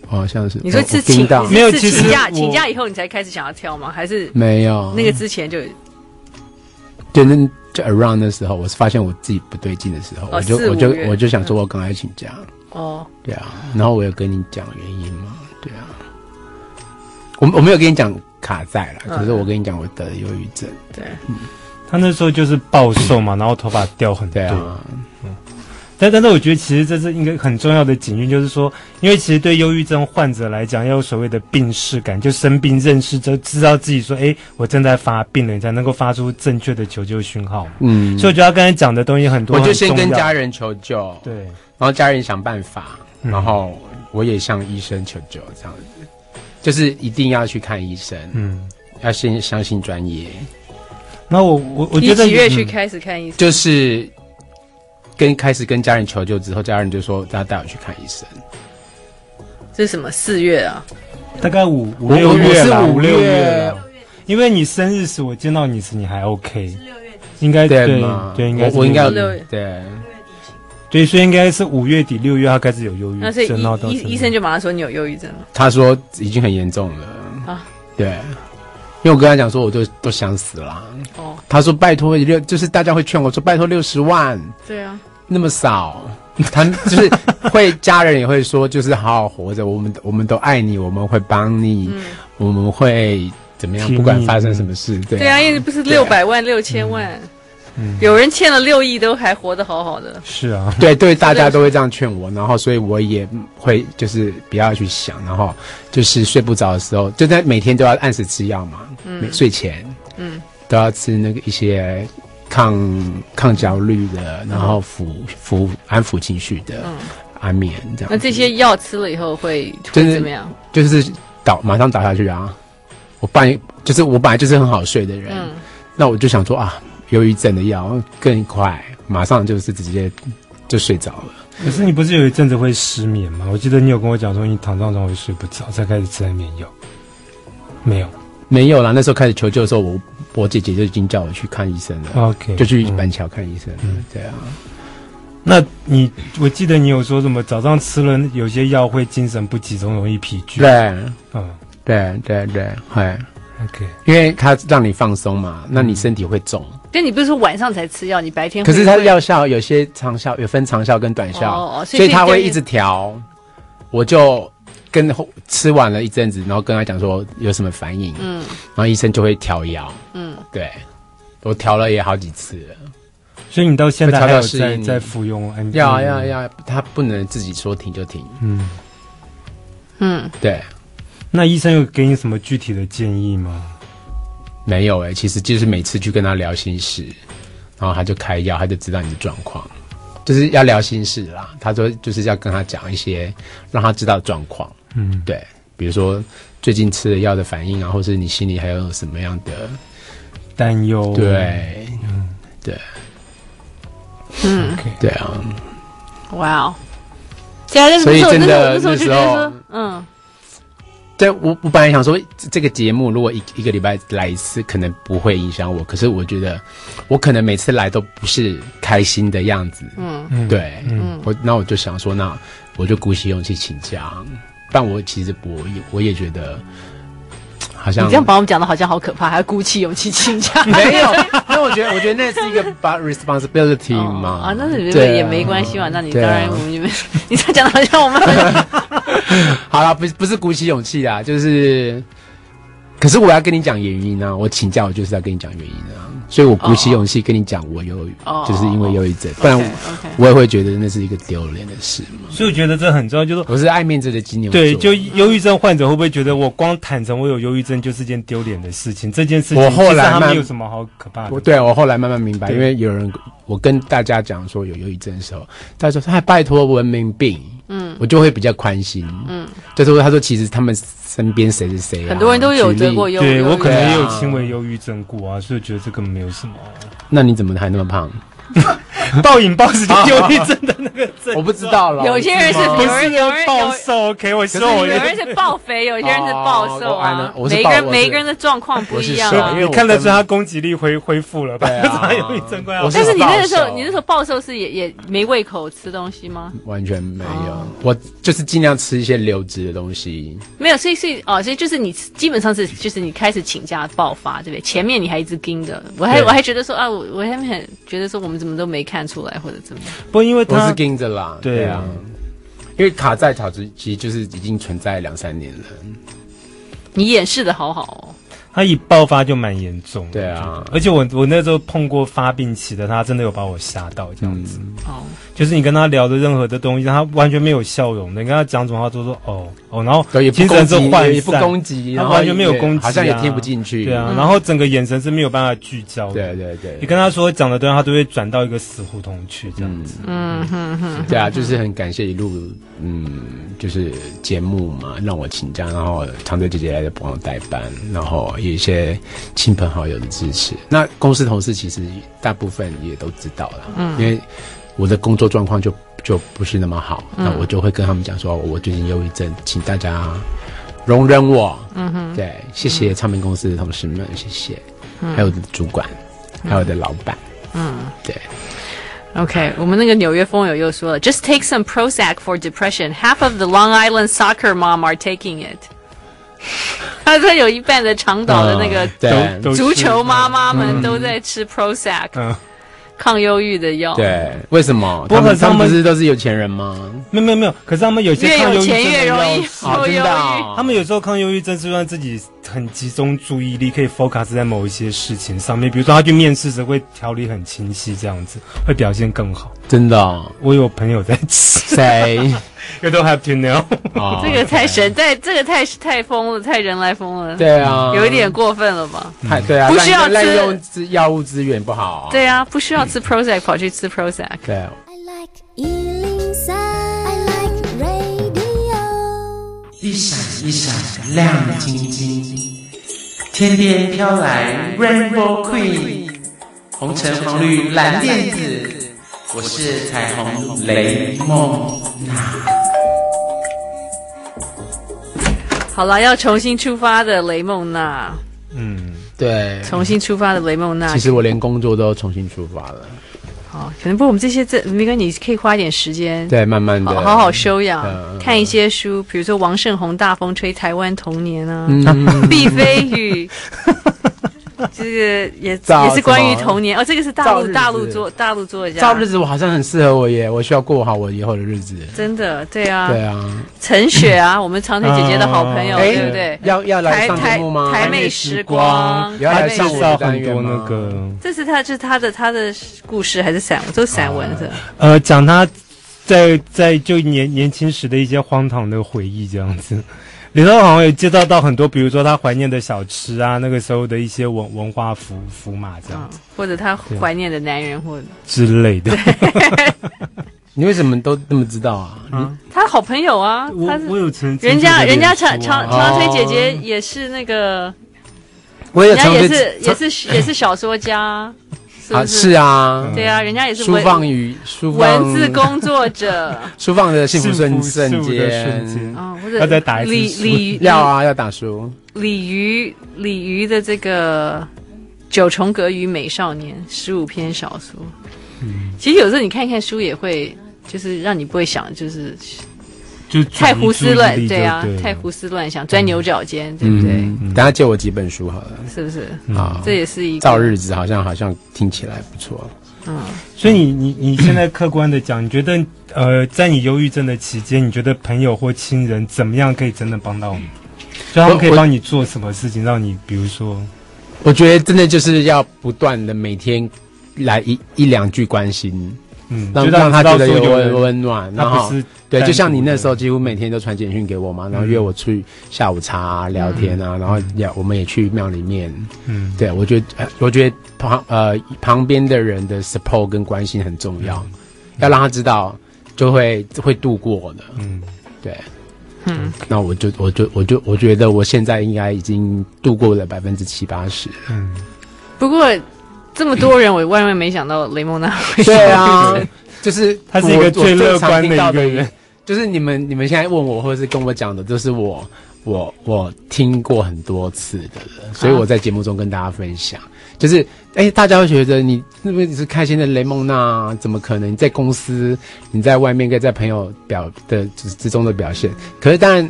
Speaker 3: 我好像是。
Speaker 1: 你说
Speaker 3: 我
Speaker 1: 是
Speaker 3: 我
Speaker 1: 请
Speaker 3: 盯到
Speaker 4: 没有
Speaker 1: 是
Speaker 4: 其实
Speaker 1: 请假
Speaker 4: 我
Speaker 1: 请假以后你才开始想要跳吗？还是
Speaker 3: 没有
Speaker 1: 那个之前就
Speaker 3: 对，那就 around 的时候，我是发现我自己不对劲的时候，
Speaker 1: 哦
Speaker 3: 我就
Speaker 1: 四
Speaker 3: 我就
Speaker 1: 五月
Speaker 3: 我就想说，我赶快请假。
Speaker 1: 哦
Speaker 3: 对啊，然后我有跟你讲原因嘛？对啊，我我没有跟你讲卡债了，
Speaker 1: 嗯
Speaker 3: 可是我跟你讲我得了忧郁症。
Speaker 1: 对，
Speaker 4: 他那时候就是暴瘦嘛，然后头发掉很多
Speaker 3: 对。啊，
Speaker 4: 但但是我觉得其实这是应该很重要的警讯，就是说，因为其实对忧郁症患者来讲，要有所谓的病视感，就生病认识，就知道自己说，哎，我正在发病了，你才能够发出正确的求救讯号。
Speaker 3: 嗯，
Speaker 4: 所以我觉得他刚才讲的东西很多，
Speaker 3: 我就先
Speaker 4: 很重
Speaker 3: 跟
Speaker 4: 要
Speaker 3: 家人求救，然
Speaker 4: 对，
Speaker 3: 后家人想办法，
Speaker 4: 嗯
Speaker 3: 然后我也向医生求救，这样子，就是一定要去看医生，
Speaker 4: 嗯。
Speaker 3: 要先相信专业，
Speaker 4: 那我我我
Speaker 1: 你
Speaker 4: 觉得
Speaker 1: 几月去
Speaker 4: 嗯
Speaker 1: 开始看医生？
Speaker 3: 就是跟开始跟家人求救之后，家人就说他带我去看医生。
Speaker 1: 这是什么四月啊？
Speaker 4: 大概五五
Speaker 3: 我
Speaker 4: 六
Speaker 3: 我
Speaker 4: 月啦，
Speaker 3: 是五
Speaker 4: 六
Speaker 3: 月
Speaker 4: 月啦。因为你生日时我见到你时你还 OK，应该哎对
Speaker 3: 吗？
Speaker 4: 对，应该
Speaker 3: 我
Speaker 4: 是
Speaker 3: 我应该
Speaker 4: 六月
Speaker 1: 六月
Speaker 3: 对，
Speaker 4: 对，所以应该是五月底六月他开始有忧郁
Speaker 1: 那所以
Speaker 4: 症，闹到
Speaker 1: 医
Speaker 4: 现在
Speaker 1: 医医生就马上说你有忧郁症了。
Speaker 3: 他说已经很严重了
Speaker 1: 啊
Speaker 3: 对，因为我跟他讲说我都都想死了，
Speaker 1: 哦，
Speaker 3: 他说拜托六，就是大家会劝我说拜托六十万
Speaker 1: 对啊，
Speaker 3: 那么少。他们就是会，家人也会说，就是好好活着，我们我们都爱你，我们会帮你，我们会怎么样？
Speaker 4: 挺
Speaker 3: 不管
Speaker 4: 你
Speaker 3: 发生什么事，对
Speaker 1: 对啊，因为不是六百万、六千万，有人欠了六亿都还活得好好的。
Speaker 4: 是啊，
Speaker 3: 对对，大家都会这样劝我，然后所以我也会就是不要去想，然后就是睡不着的时候，就在每天都要按时吃药嘛，每睡前，
Speaker 1: 嗯，
Speaker 3: 都要吃那个一些抗抗焦虑的，然后抚抚安抚情绪的、安眠这
Speaker 1: 那
Speaker 3: 样，
Speaker 1: 这些药吃了以后会
Speaker 3: 真
Speaker 1: 会
Speaker 3: 的
Speaker 1: 怎么样？
Speaker 3: 就是倒马上倒下去啊！我半夜就是我本来就是很好睡的人，
Speaker 1: 嗯，
Speaker 3: 那我就想说啊，忧郁症的药更快，马上就是直接就睡着了。
Speaker 4: 可是你不是有一阵子会失眠吗？我记得你有跟我讲说你躺上床会睡不着，才开始吃安眠药，没有
Speaker 3: 没有啦，那时候开始求救的时候，我我姐姐就已经叫我去看医生了，
Speaker 4: ？OK，
Speaker 3: 就去
Speaker 4: 嗯
Speaker 3: 板桥看医生了。对啊，
Speaker 4: 那你，我记得你有说什么？早上吃了有些药会精神不集中，容易疲倦。，
Speaker 3: 对
Speaker 4: 嗯
Speaker 3: 对对对，哎，
Speaker 4: ，OK，
Speaker 3: 因为它让你放松嘛，那你身体会重。
Speaker 1: 但你不是说晚上才吃药，你白天会
Speaker 3: 可是它
Speaker 1: 会
Speaker 3: 药效有些长效，有分长效跟短效，
Speaker 1: 哦哦所
Speaker 3: 所
Speaker 1: 以
Speaker 3: 以它
Speaker 1: 所以
Speaker 3: 会
Speaker 1: 就
Speaker 3: 一直调。我就跟后吃完了一阵子，然后跟他讲说有什么反应，嗯，然后医生就会调药，嗯，对，我调了也好几次了。
Speaker 4: 所以你到现在还有
Speaker 3: 会调到适
Speaker 4: 在
Speaker 3: 应你
Speaker 4: 在服用嗯安
Speaker 3: 要啊要啊要啊，他不能自己说停就停，
Speaker 4: 嗯，
Speaker 1: 嗯，
Speaker 3: 对。
Speaker 4: 那医生有给你什么具体的建议吗？
Speaker 3: 没有哎、其实就是每次去跟他聊心事，然后他就开药，他就知道你的状况，就是要聊心事啦。他说就是要跟他讲一些，让他知道状况。嗯，对，比如说最近吃了药的反应啊，或是你心里还有什么样的
Speaker 4: 担忧，
Speaker 3: 对，对，
Speaker 4: ，OK，
Speaker 3: 对啊。
Speaker 1: 哇哦。对啊，但是
Speaker 3: 所
Speaker 1: 那
Speaker 3: 以
Speaker 1: 时候
Speaker 3: 真的
Speaker 1: 那时候那时候就觉
Speaker 3: 那时候
Speaker 1: 得说，嗯，
Speaker 3: 对我我本来想说这这个节目如果一一个礼拜来一次，可能不会影响我。可是我觉得我可能每次来都不是开心的样子。嗯，对，嗯，我那我就想说，那我就鼓起勇气请假。但我其实我也我也觉得好
Speaker 1: 你
Speaker 3: 像
Speaker 1: 这样把我们讲的好像好可怕，还要鼓起勇气请假。
Speaker 3: 没有，因为我觉得我觉得那是一个 把 responsibility 嘛。
Speaker 1: 哦啊，那你觉得
Speaker 3: 对啊
Speaker 1: 也没关系嘛？那你当
Speaker 3: 对啊
Speaker 1: 然我们你们你这样讲的好像我们
Speaker 3: 好啦，不是不是鼓起勇气啊，就是，可是我要跟你讲原因啊，我请假我就是要跟你讲原因啊，所以我鼓起勇气跟你讲我忧郁
Speaker 1: 哦
Speaker 3: 就是因为忧郁症，不然
Speaker 1: OK，
Speaker 3: 我
Speaker 1: OK
Speaker 3: 我也会觉得那是一个丢脸的事嘛。
Speaker 4: 所以我觉得这很重要，就是说
Speaker 3: 我是爱面子的金牛座，
Speaker 4: 对，就忧郁症患者会不会觉得我光坦诚我有忧郁症就是件丢脸的事情？这件事情
Speaker 3: 我后
Speaker 4: 其
Speaker 3: 来
Speaker 4: 实他
Speaker 3: 慢
Speaker 4: 们有什么好可怕
Speaker 3: 我
Speaker 4: 的？
Speaker 3: 对啊我后来慢慢明白，
Speaker 4: 对
Speaker 3: 因为有人我跟大家讲说有忧郁症的时候，大家说哎拜托文明病，嗯，我就会比较宽心，嗯，就是说他说其实他们身边谁是谁、啊，
Speaker 1: 很多人都有
Speaker 3: 举例
Speaker 1: 得过忧郁
Speaker 4: 对
Speaker 1: 症，
Speaker 4: 我可能也有轻
Speaker 3: 对
Speaker 4: 微忧郁症过啊，所以觉得这个没有什么。
Speaker 3: 那你怎么还那 么胖？
Speaker 4: 暴饮暴食就忧郁症的那个症
Speaker 3: 我不知道了，
Speaker 1: 有些人是
Speaker 3: 我知道
Speaker 1: 有人有人
Speaker 4: 暴
Speaker 1: 有。
Speaker 4: 瘦，OK，我希望
Speaker 1: 有
Speaker 4: 我
Speaker 1: 人是暴肥，有些人是暴瘦啊
Speaker 3: 哦，我
Speaker 1: 每一个
Speaker 3: 是暴
Speaker 1: 人
Speaker 3: 我是
Speaker 1: 每一个人的状况不一样
Speaker 3: 我是瘦因
Speaker 1: 啊
Speaker 3: 为。
Speaker 4: 你看得出他攻击力恢恢复了吧？
Speaker 3: 对 啊
Speaker 4: 忧郁症快要
Speaker 3: 我是
Speaker 1: 但是你那个时
Speaker 3: 暴
Speaker 1: 候，
Speaker 3: 瘦
Speaker 1: 你那时候暴瘦是也也没胃口吃东西吗？
Speaker 3: 完全没有，我就是尽量吃一些流质的东西。
Speaker 1: 没有，所以所以哦，所以就是你基本上是就是你开始请假爆发，对不对？前面你还一直盯着，我还
Speaker 4: 对
Speaker 1: 我还觉得说啊，我我还没很觉得说我们怎么都没看出来或者怎么样。
Speaker 4: 不过因为
Speaker 3: 我
Speaker 4: 他
Speaker 3: 是盯着啦，
Speaker 4: 对
Speaker 3: 对啊，因为卡在草其实就是已经存在两三年了，
Speaker 1: 你掩饰的好好哦，
Speaker 4: 他一爆发就蛮严重的，
Speaker 3: 对啊
Speaker 4: 而且我我那时候碰过发病期的，他真的有把我吓到这样子，
Speaker 3: 嗯
Speaker 1: 哦，
Speaker 4: 就是你跟他聊的任何的东西，他完全没有笑容的，你跟他讲什么话都说哦 哦，然后
Speaker 3: 对，也不
Speaker 4: 精
Speaker 3: 攻
Speaker 4: 神是
Speaker 3: 击，
Speaker 4: 涣散，
Speaker 3: 也不攻击，
Speaker 4: 他
Speaker 3: 然后
Speaker 4: 完全没有
Speaker 3: 也
Speaker 4: 攻击啊
Speaker 3: 好像也听不进去，
Speaker 4: 对啊，然后整个眼神是没有办法聚焦的，
Speaker 3: 对对
Speaker 4: 你
Speaker 3: 对，
Speaker 4: 跟他说讲的东西，他都会转到一个死胡同去这样子，
Speaker 3: 嗯对啊，就是很感谢一路，嗯，就是节目嘛，让我请假，然后长泽姐姐来的帮我代班，然后有一些亲朋好友的支持。那公司同事其实大部分也都知道了，嗯，因为我的工作状况哦就就不是那么好，那我就会跟他们讲说，我最近忧郁症，请大家容忍我。嗯哼，对，谢谢唱片公司的同事们，谢谢，还有我的主管，还有我的老板。嗯，对。
Speaker 1: OK，我们那个纽约风友又说了，Just take some Prozac for depression. Half of the Long Island soccer mom are taking it. 他说有一半的长岛的那个
Speaker 3: 嗯对
Speaker 4: 都都
Speaker 1: 足球妈妈们都在吃 Prozac，、
Speaker 4: 嗯
Speaker 1: 抗忧郁的药。，
Speaker 3: 对，哦为什么？
Speaker 4: 不过
Speaker 3: 他们
Speaker 4: 他
Speaker 3: 他
Speaker 4: 们
Speaker 3: 们不是都是有钱人吗？
Speaker 4: 没有没有没有，可是他们有些
Speaker 1: 越
Speaker 4: 抗
Speaker 1: 有
Speaker 4: 忧郁
Speaker 1: 钱
Speaker 4: 症
Speaker 1: 越
Speaker 4: 的
Speaker 1: 容
Speaker 4: 药
Speaker 1: 易
Speaker 4: 是
Speaker 1: 受
Speaker 3: 哦
Speaker 1: 忧
Speaker 3: 真
Speaker 1: 郁。
Speaker 3: 的哦
Speaker 4: 他们有时候抗忧郁症是让自己很集中注意力，可以 focus 在某一些事情上面，比如说他去面试时会条理很清晰，这样子会表现更好。
Speaker 3: 真的哦，
Speaker 4: 我有朋友在 吃
Speaker 3: 谁？
Speaker 4: ，You don't have to know。
Speaker 3: 哦
Speaker 1: 这个太神，太这个太太疯了，太人来疯了，
Speaker 3: 对啊，
Speaker 1: 有一点过分了吧？
Speaker 3: 太对啊，
Speaker 1: 不需要
Speaker 3: 滥滥
Speaker 1: 吃
Speaker 3: 用资药物资源不好。
Speaker 1: 对啊，不需要
Speaker 3: 嗯
Speaker 1: 吃 Prozac 跑去吃 Prozac。
Speaker 3: 对，啊
Speaker 6: I like Ealing Sound. I like radio.
Speaker 2: 一闪一闪亮晶晶，天边飘来 Rainbow Queen，红橙黄绿蓝靛紫，我是彩虹雷梦娜。
Speaker 1: 好了，要重新出发的雷梦娜，
Speaker 4: 嗯，
Speaker 3: 对，
Speaker 1: 重新出发的雷梦娜
Speaker 3: 其，实我连工作都重新出发了，
Speaker 1: 哦，可能不，我们这些这明哥，你可以花一点时间，
Speaker 3: 对，慢慢的，
Speaker 1: 好好好修养
Speaker 3: 嗯嗯，嗯
Speaker 1: 看一些书，比如说王胜宏《大风吹台湾童年》啊，
Speaker 3: 嗯，
Speaker 1: 毕飞 宇，这个也
Speaker 3: 造
Speaker 1: 也是关于
Speaker 3: 什么
Speaker 1: 童年哦，这个是大
Speaker 3: 造日
Speaker 1: 陆
Speaker 3: 子
Speaker 1: 大陆作大陆作家，
Speaker 3: 照日子我好像很适合我耶，我需要过好我以后的日子。
Speaker 1: 真的对啊，
Speaker 3: 对啊，
Speaker 1: 陈雪 啊，我们长腿姐姐的好朋友，
Speaker 4: 哦
Speaker 3: 哎
Speaker 1: 对不对？
Speaker 3: 要要来
Speaker 1: 台
Speaker 3: 上节目吗？
Speaker 1: 台台妹时光，
Speaker 3: 要
Speaker 1: 台
Speaker 3: 来
Speaker 1: 妹
Speaker 3: 上
Speaker 1: 时
Speaker 3: 我
Speaker 4: 介
Speaker 3: 的
Speaker 4: 绍
Speaker 3: 单
Speaker 4: 很
Speaker 3: 元
Speaker 4: 多
Speaker 3: 吗
Speaker 4: 那个
Speaker 1: 这是他，这是他的他的故事还是散文？都是散文的。
Speaker 4: 呃，讲他在在就年年轻时的一些荒唐的回忆这样子。里头好像有介绍到很多，比如说他怀念的小吃啊，那个时候的一些文文化符符码这
Speaker 3: 啊
Speaker 4: 样
Speaker 1: 嗯，或者他怀念的男人，或者
Speaker 4: 之类 的。
Speaker 3: 你为什么都那么知道啊？
Speaker 1: 他好朋友啊，
Speaker 4: 我
Speaker 1: 他是
Speaker 4: 我有曾
Speaker 1: 人家人家长长
Speaker 3: 啊
Speaker 1: 长腿姐姐也是那个，
Speaker 3: 我也
Speaker 1: 人家
Speaker 3: 常
Speaker 1: 也
Speaker 3: 被
Speaker 1: 是也是也是小说 家，是
Speaker 3: 啊，
Speaker 1: 不
Speaker 3: 是？啊，
Speaker 4: 嗯
Speaker 1: 对啊，人家也是
Speaker 3: 书
Speaker 1: 文
Speaker 3: 放语书放
Speaker 1: 文字工作 者
Speaker 3: 书放的幸福瞬
Speaker 4: 幸
Speaker 3: 瞬
Speaker 4: 福的瞬
Speaker 3: 间，
Speaker 4: 间
Speaker 1: 啊，或者
Speaker 4: 要再打一次
Speaker 1: 鲤
Speaker 4: 书
Speaker 1: 鲤鱼
Speaker 3: 要啊，要打书，
Speaker 1: 鲤鱼鲤鱼的这个九重阁与美少年十五篇小说，
Speaker 3: 嗯
Speaker 1: 其实有时候你看一看书也会，就是让你不会想，就是
Speaker 4: 就
Speaker 1: 太胡思乱，对啊，太
Speaker 4: 思。
Speaker 1: 胡思乱想，钻牛角尖，对不对？
Speaker 3: 嗯，等下借我几本书好了，
Speaker 1: 是不是？
Speaker 4: 嗯
Speaker 3: 啊，
Speaker 1: 这也是一个嗯
Speaker 3: 照日子好像好像听起来不错，
Speaker 4: 所以你你你现在客观的讲，你觉得呃，在你忧郁症的期间，你觉得朋友或亲人怎么样可以真的帮到你？就他们可以
Speaker 3: 我
Speaker 4: 帮你做什么事情，让你比如说，
Speaker 3: 我觉得真的就是要不断的每天来一一两句关心，
Speaker 4: 嗯，
Speaker 3: 让
Speaker 4: 就
Speaker 3: 让他
Speaker 4: 知道
Speaker 3: 觉得
Speaker 4: 说
Speaker 3: 有
Speaker 4: 人
Speaker 3: 温温暖，然
Speaker 4: 他
Speaker 3: 后
Speaker 4: 不是
Speaker 3: 对，
Speaker 4: 单
Speaker 3: 就像你
Speaker 4: 独的嗯
Speaker 3: 那时候几乎每天都传简讯给我嘛，然后约我出去下午茶啊、聊天啊，然后也我们也去庙里面，
Speaker 4: 嗯，
Speaker 3: 对我觉得呃我觉得旁呃旁边的人的 support 跟关心很重
Speaker 4: 嗯
Speaker 3: 要，嗯要让他知道就会会度过的，
Speaker 4: 嗯，
Speaker 3: 对。嗯，那我就我就我就我觉得我现在应该已经度过了百分之七八十，
Speaker 4: 嗯
Speaker 1: 不过这么多人，我万万没想到雷蒙娜会
Speaker 3: 对啊，就是
Speaker 4: 他是一个
Speaker 3: 我
Speaker 4: 最乐观的，一
Speaker 3: 我最常听到
Speaker 4: 个人，
Speaker 3: 就是你们你们现在问我或者是跟我讲的，都是我我我听过很多次的了，
Speaker 4: 啊
Speaker 3: 所以我在节目中跟大家分享，就是哎、大家会觉得你那边你是开心的雷蒙娜，怎么可能？你在公司，你在外面跟在朋友表的之之中的表现，可是当然。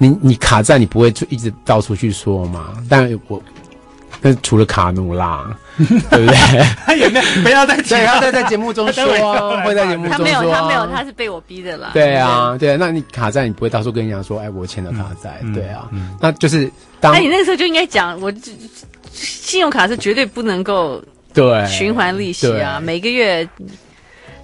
Speaker 3: 你你卡在你不会就一直到处去说嘛？但我，但除了卡努拉， 对不对？
Speaker 4: 他也没有不要再提
Speaker 3: 对，他
Speaker 4: 了，
Speaker 3: 在在节目中说 啊，会在节目中说、啊。
Speaker 1: 他没有，他没有，他是被我逼的啦。
Speaker 3: 对啊，对啊，那你卡债，你不会到处跟人家说，哎，我欠了卡债，对啊，那就是当、
Speaker 1: 那、哎你那个时候就应该讲，我就信用卡是绝对不能够
Speaker 3: 对
Speaker 1: 循环利息啊，
Speaker 3: 哎对
Speaker 1: 每个月。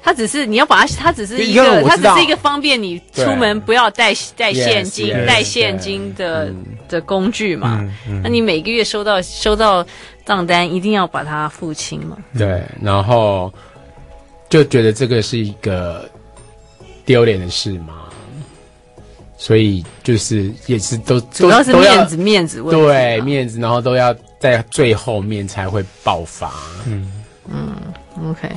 Speaker 1: 它只是你要把它，它只是一
Speaker 3: 因为
Speaker 1: 个，
Speaker 3: 我
Speaker 1: 它
Speaker 3: 知道
Speaker 1: 只是一个方便你
Speaker 3: 对
Speaker 1: 出门不要带带现金、
Speaker 3: yes，嗯
Speaker 1: 带现金的的工具嘛。
Speaker 4: 嗯嗯
Speaker 1: 那你每个月收到收到账单，一定要把它付清嘛。
Speaker 3: 对，然后就觉得这个是一个丢脸的事嘛，所以就是也是都
Speaker 1: 主
Speaker 3: 主
Speaker 1: 要是面子，面子问题嘛。啊
Speaker 3: 对面子，然后都要在最后面才会爆发，嗯，
Speaker 1: OK，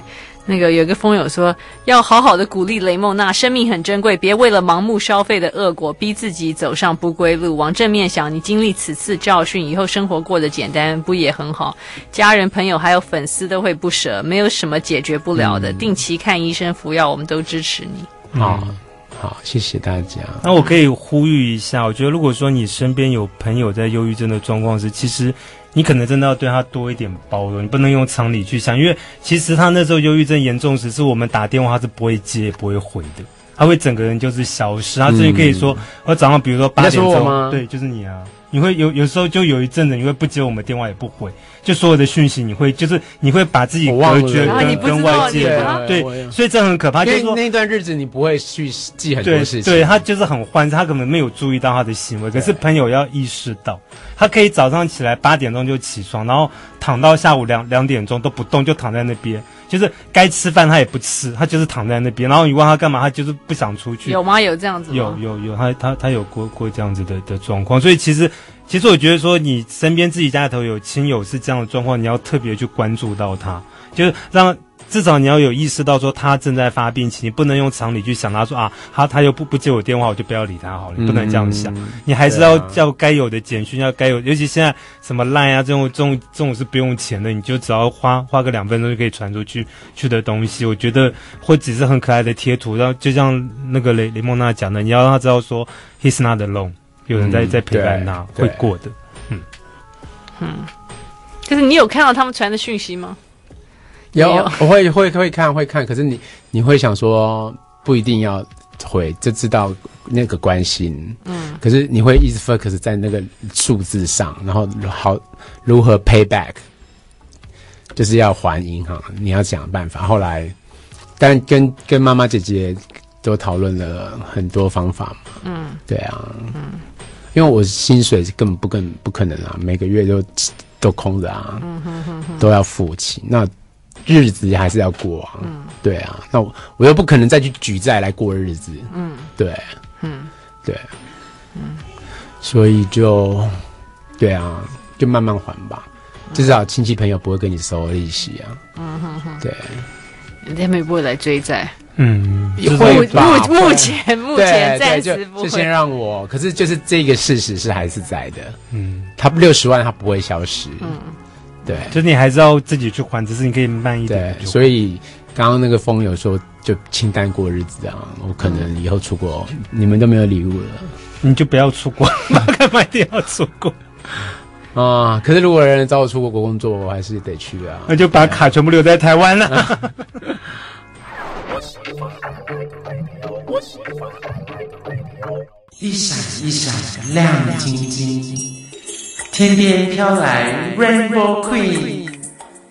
Speaker 1: 那个有个风友说，要好好的鼓励雷梦娜，生命很珍贵，别为了盲目消费的恶果，逼自己走上不归路。往正面想，你经历此次教训以后，生活过得简单不也很好？家人、朋友还有粉丝都会不舍，没有什么解决不了
Speaker 3: 嗯
Speaker 1: 的。定期看医生、服药，我们都支持你。
Speaker 3: 好、好，谢谢大家。
Speaker 4: 那我可以呼吁一下，我觉得如果说你身边有朋友在忧郁症的状况时，其实你可能真的要对他多一点包容，你不能用常理去想，因为其实他那时候忧郁症严重时，是我们打电话他是不会接也不会回的，他会整个人就是消失。他至于可以说，我早上比如说八
Speaker 3: 你在
Speaker 4: 点
Speaker 3: 说我吗
Speaker 4: 钟，对，就是你啊。你会有有时候就有一阵子，你会不接我们电话也不回，就所有的讯息你会就是你会把自己
Speaker 3: 我忘
Speaker 4: 隔
Speaker 3: 了
Speaker 4: 绝
Speaker 3: 然后你
Speaker 4: 跟
Speaker 1: 不知
Speaker 4: 跟
Speaker 1: 道
Speaker 4: 外
Speaker 1: 你
Speaker 4: 界
Speaker 1: 啊，
Speaker 4: 对
Speaker 3: 我也，
Speaker 4: 所以这很可怕。
Speaker 3: 因
Speaker 4: 就是
Speaker 3: 为
Speaker 4: 说
Speaker 3: 那段日子你不会去记很
Speaker 4: 对
Speaker 3: 多事情，
Speaker 4: 对，他就是很欢，他可能没有注意到他的行为，可是朋友要意识到，他可以早上起来八点钟就起床，然后躺到下午两两点钟都不动，就躺在那边，就是该吃饭他也不吃，他就是躺在那边。然后你问他干嘛，他就是不想出去。
Speaker 1: 有吗？有这样子吗？
Speaker 4: 有有有，他他他有过过这样子的的状况，所以其实其实我觉得说，你身边自己家里头有亲友是这样的状况，你要特别去关注到他，就是让至少你要有意识到说他正在发病期，你不能用常理去想他说啊，他他又不不接我电话，我就不要理他好了，
Speaker 3: 嗯
Speaker 4: 你不能这样想，你还是要、
Speaker 3: 对啊
Speaker 4: 要该有的简讯，要该有，尤其现在什么 Line 啊这种这种这种是不用钱的，你就只要花花个两分钟就可以传出去去的东西，我觉得或只是很可爱的贴图，然后就像那个雷雷蒙娜讲的，你要让他知道说 he's not alone，有人在、
Speaker 3: 嗯
Speaker 4: 在陪伴他，
Speaker 3: 对
Speaker 4: 会过的。
Speaker 1: 可是你有看到他们传的讯息吗？
Speaker 3: 有
Speaker 1: 有
Speaker 3: 我会会会看会看，可是你你会想说不一定要回，就知道那个关心，嗯，可是你会一直 focus 在那个数字上，然后好如何 pay back，就是要还银行，你要想办法。后来，但跟跟妈妈姐姐都讨论了很多方法嘛，嗯，对啊，嗯，因为我薪水是根本不跟不可能啊，每个月都都空着啊，都要付清，那日子还是要过啊。
Speaker 1: 嗯
Speaker 3: 对啊，那我我又不可能再去举债来过日子。嗯，对，嗯，对，嗯，所以就对啊，就慢慢还吧。
Speaker 1: 嗯
Speaker 3: 至少亲戚朋友不会跟你收利息啊。嗯哼哼，对，
Speaker 1: 人家们不会来追债。
Speaker 4: 嗯，
Speaker 1: 目
Speaker 3: 会吧？
Speaker 1: 目目前目
Speaker 3: 对
Speaker 1: 前
Speaker 3: 对
Speaker 1: 暂
Speaker 3: 就
Speaker 1: 时不
Speaker 3: 就先
Speaker 1: 会。
Speaker 3: 让我，可是就是这个事实是还是在的。
Speaker 4: 嗯，
Speaker 3: 他六十万他不会消失。嗯，对。
Speaker 4: 就是你还是要自己去还，只是你可以慢一
Speaker 3: 对
Speaker 4: 点。，
Speaker 3: 所
Speaker 4: 以
Speaker 3: 以刚刚那个风有说就清淡过日子啊，我可能以后出国，你们都没有礼物了
Speaker 4: 你就不要出国，干嘛一定要出国？
Speaker 3: 啊。可是如果有人找我出国工作，我还是得去啊。
Speaker 4: 那就把卡全部留在台湾了。
Speaker 2: 一闪一闪亮晶晶，天边飘来 Rainbow Queen，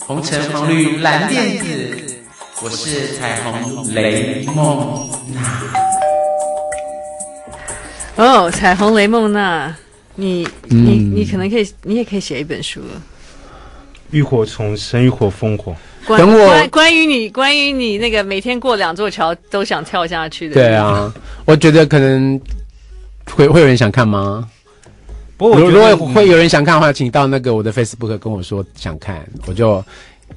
Speaker 2: 红橙黄绿蓝靛紫，我是彩虹雷梦娜。
Speaker 1: 哦，彩虹雷梦娜，你
Speaker 3: 嗯
Speaker 1: 你你可能可以，你也可以写一本书了。
Speaker 4: 浴火重生，浴火烽火。
Speaker 1: 关
Speaker 3: 等我
Speaker 1: 关关于你关于你那个每天过两座桥都想跳下去的，
Speaker 3: 对，啊，我觉得可能会会有人想看吗？
Speaker 4: 不过
Speaker 3: 如
Speaker 4: 我
Speaker 3: 如
Speaker 4: 觉得
Speaker 3: 果会有人想看的话，请到那个我的 Facebook 跟我说想看，我就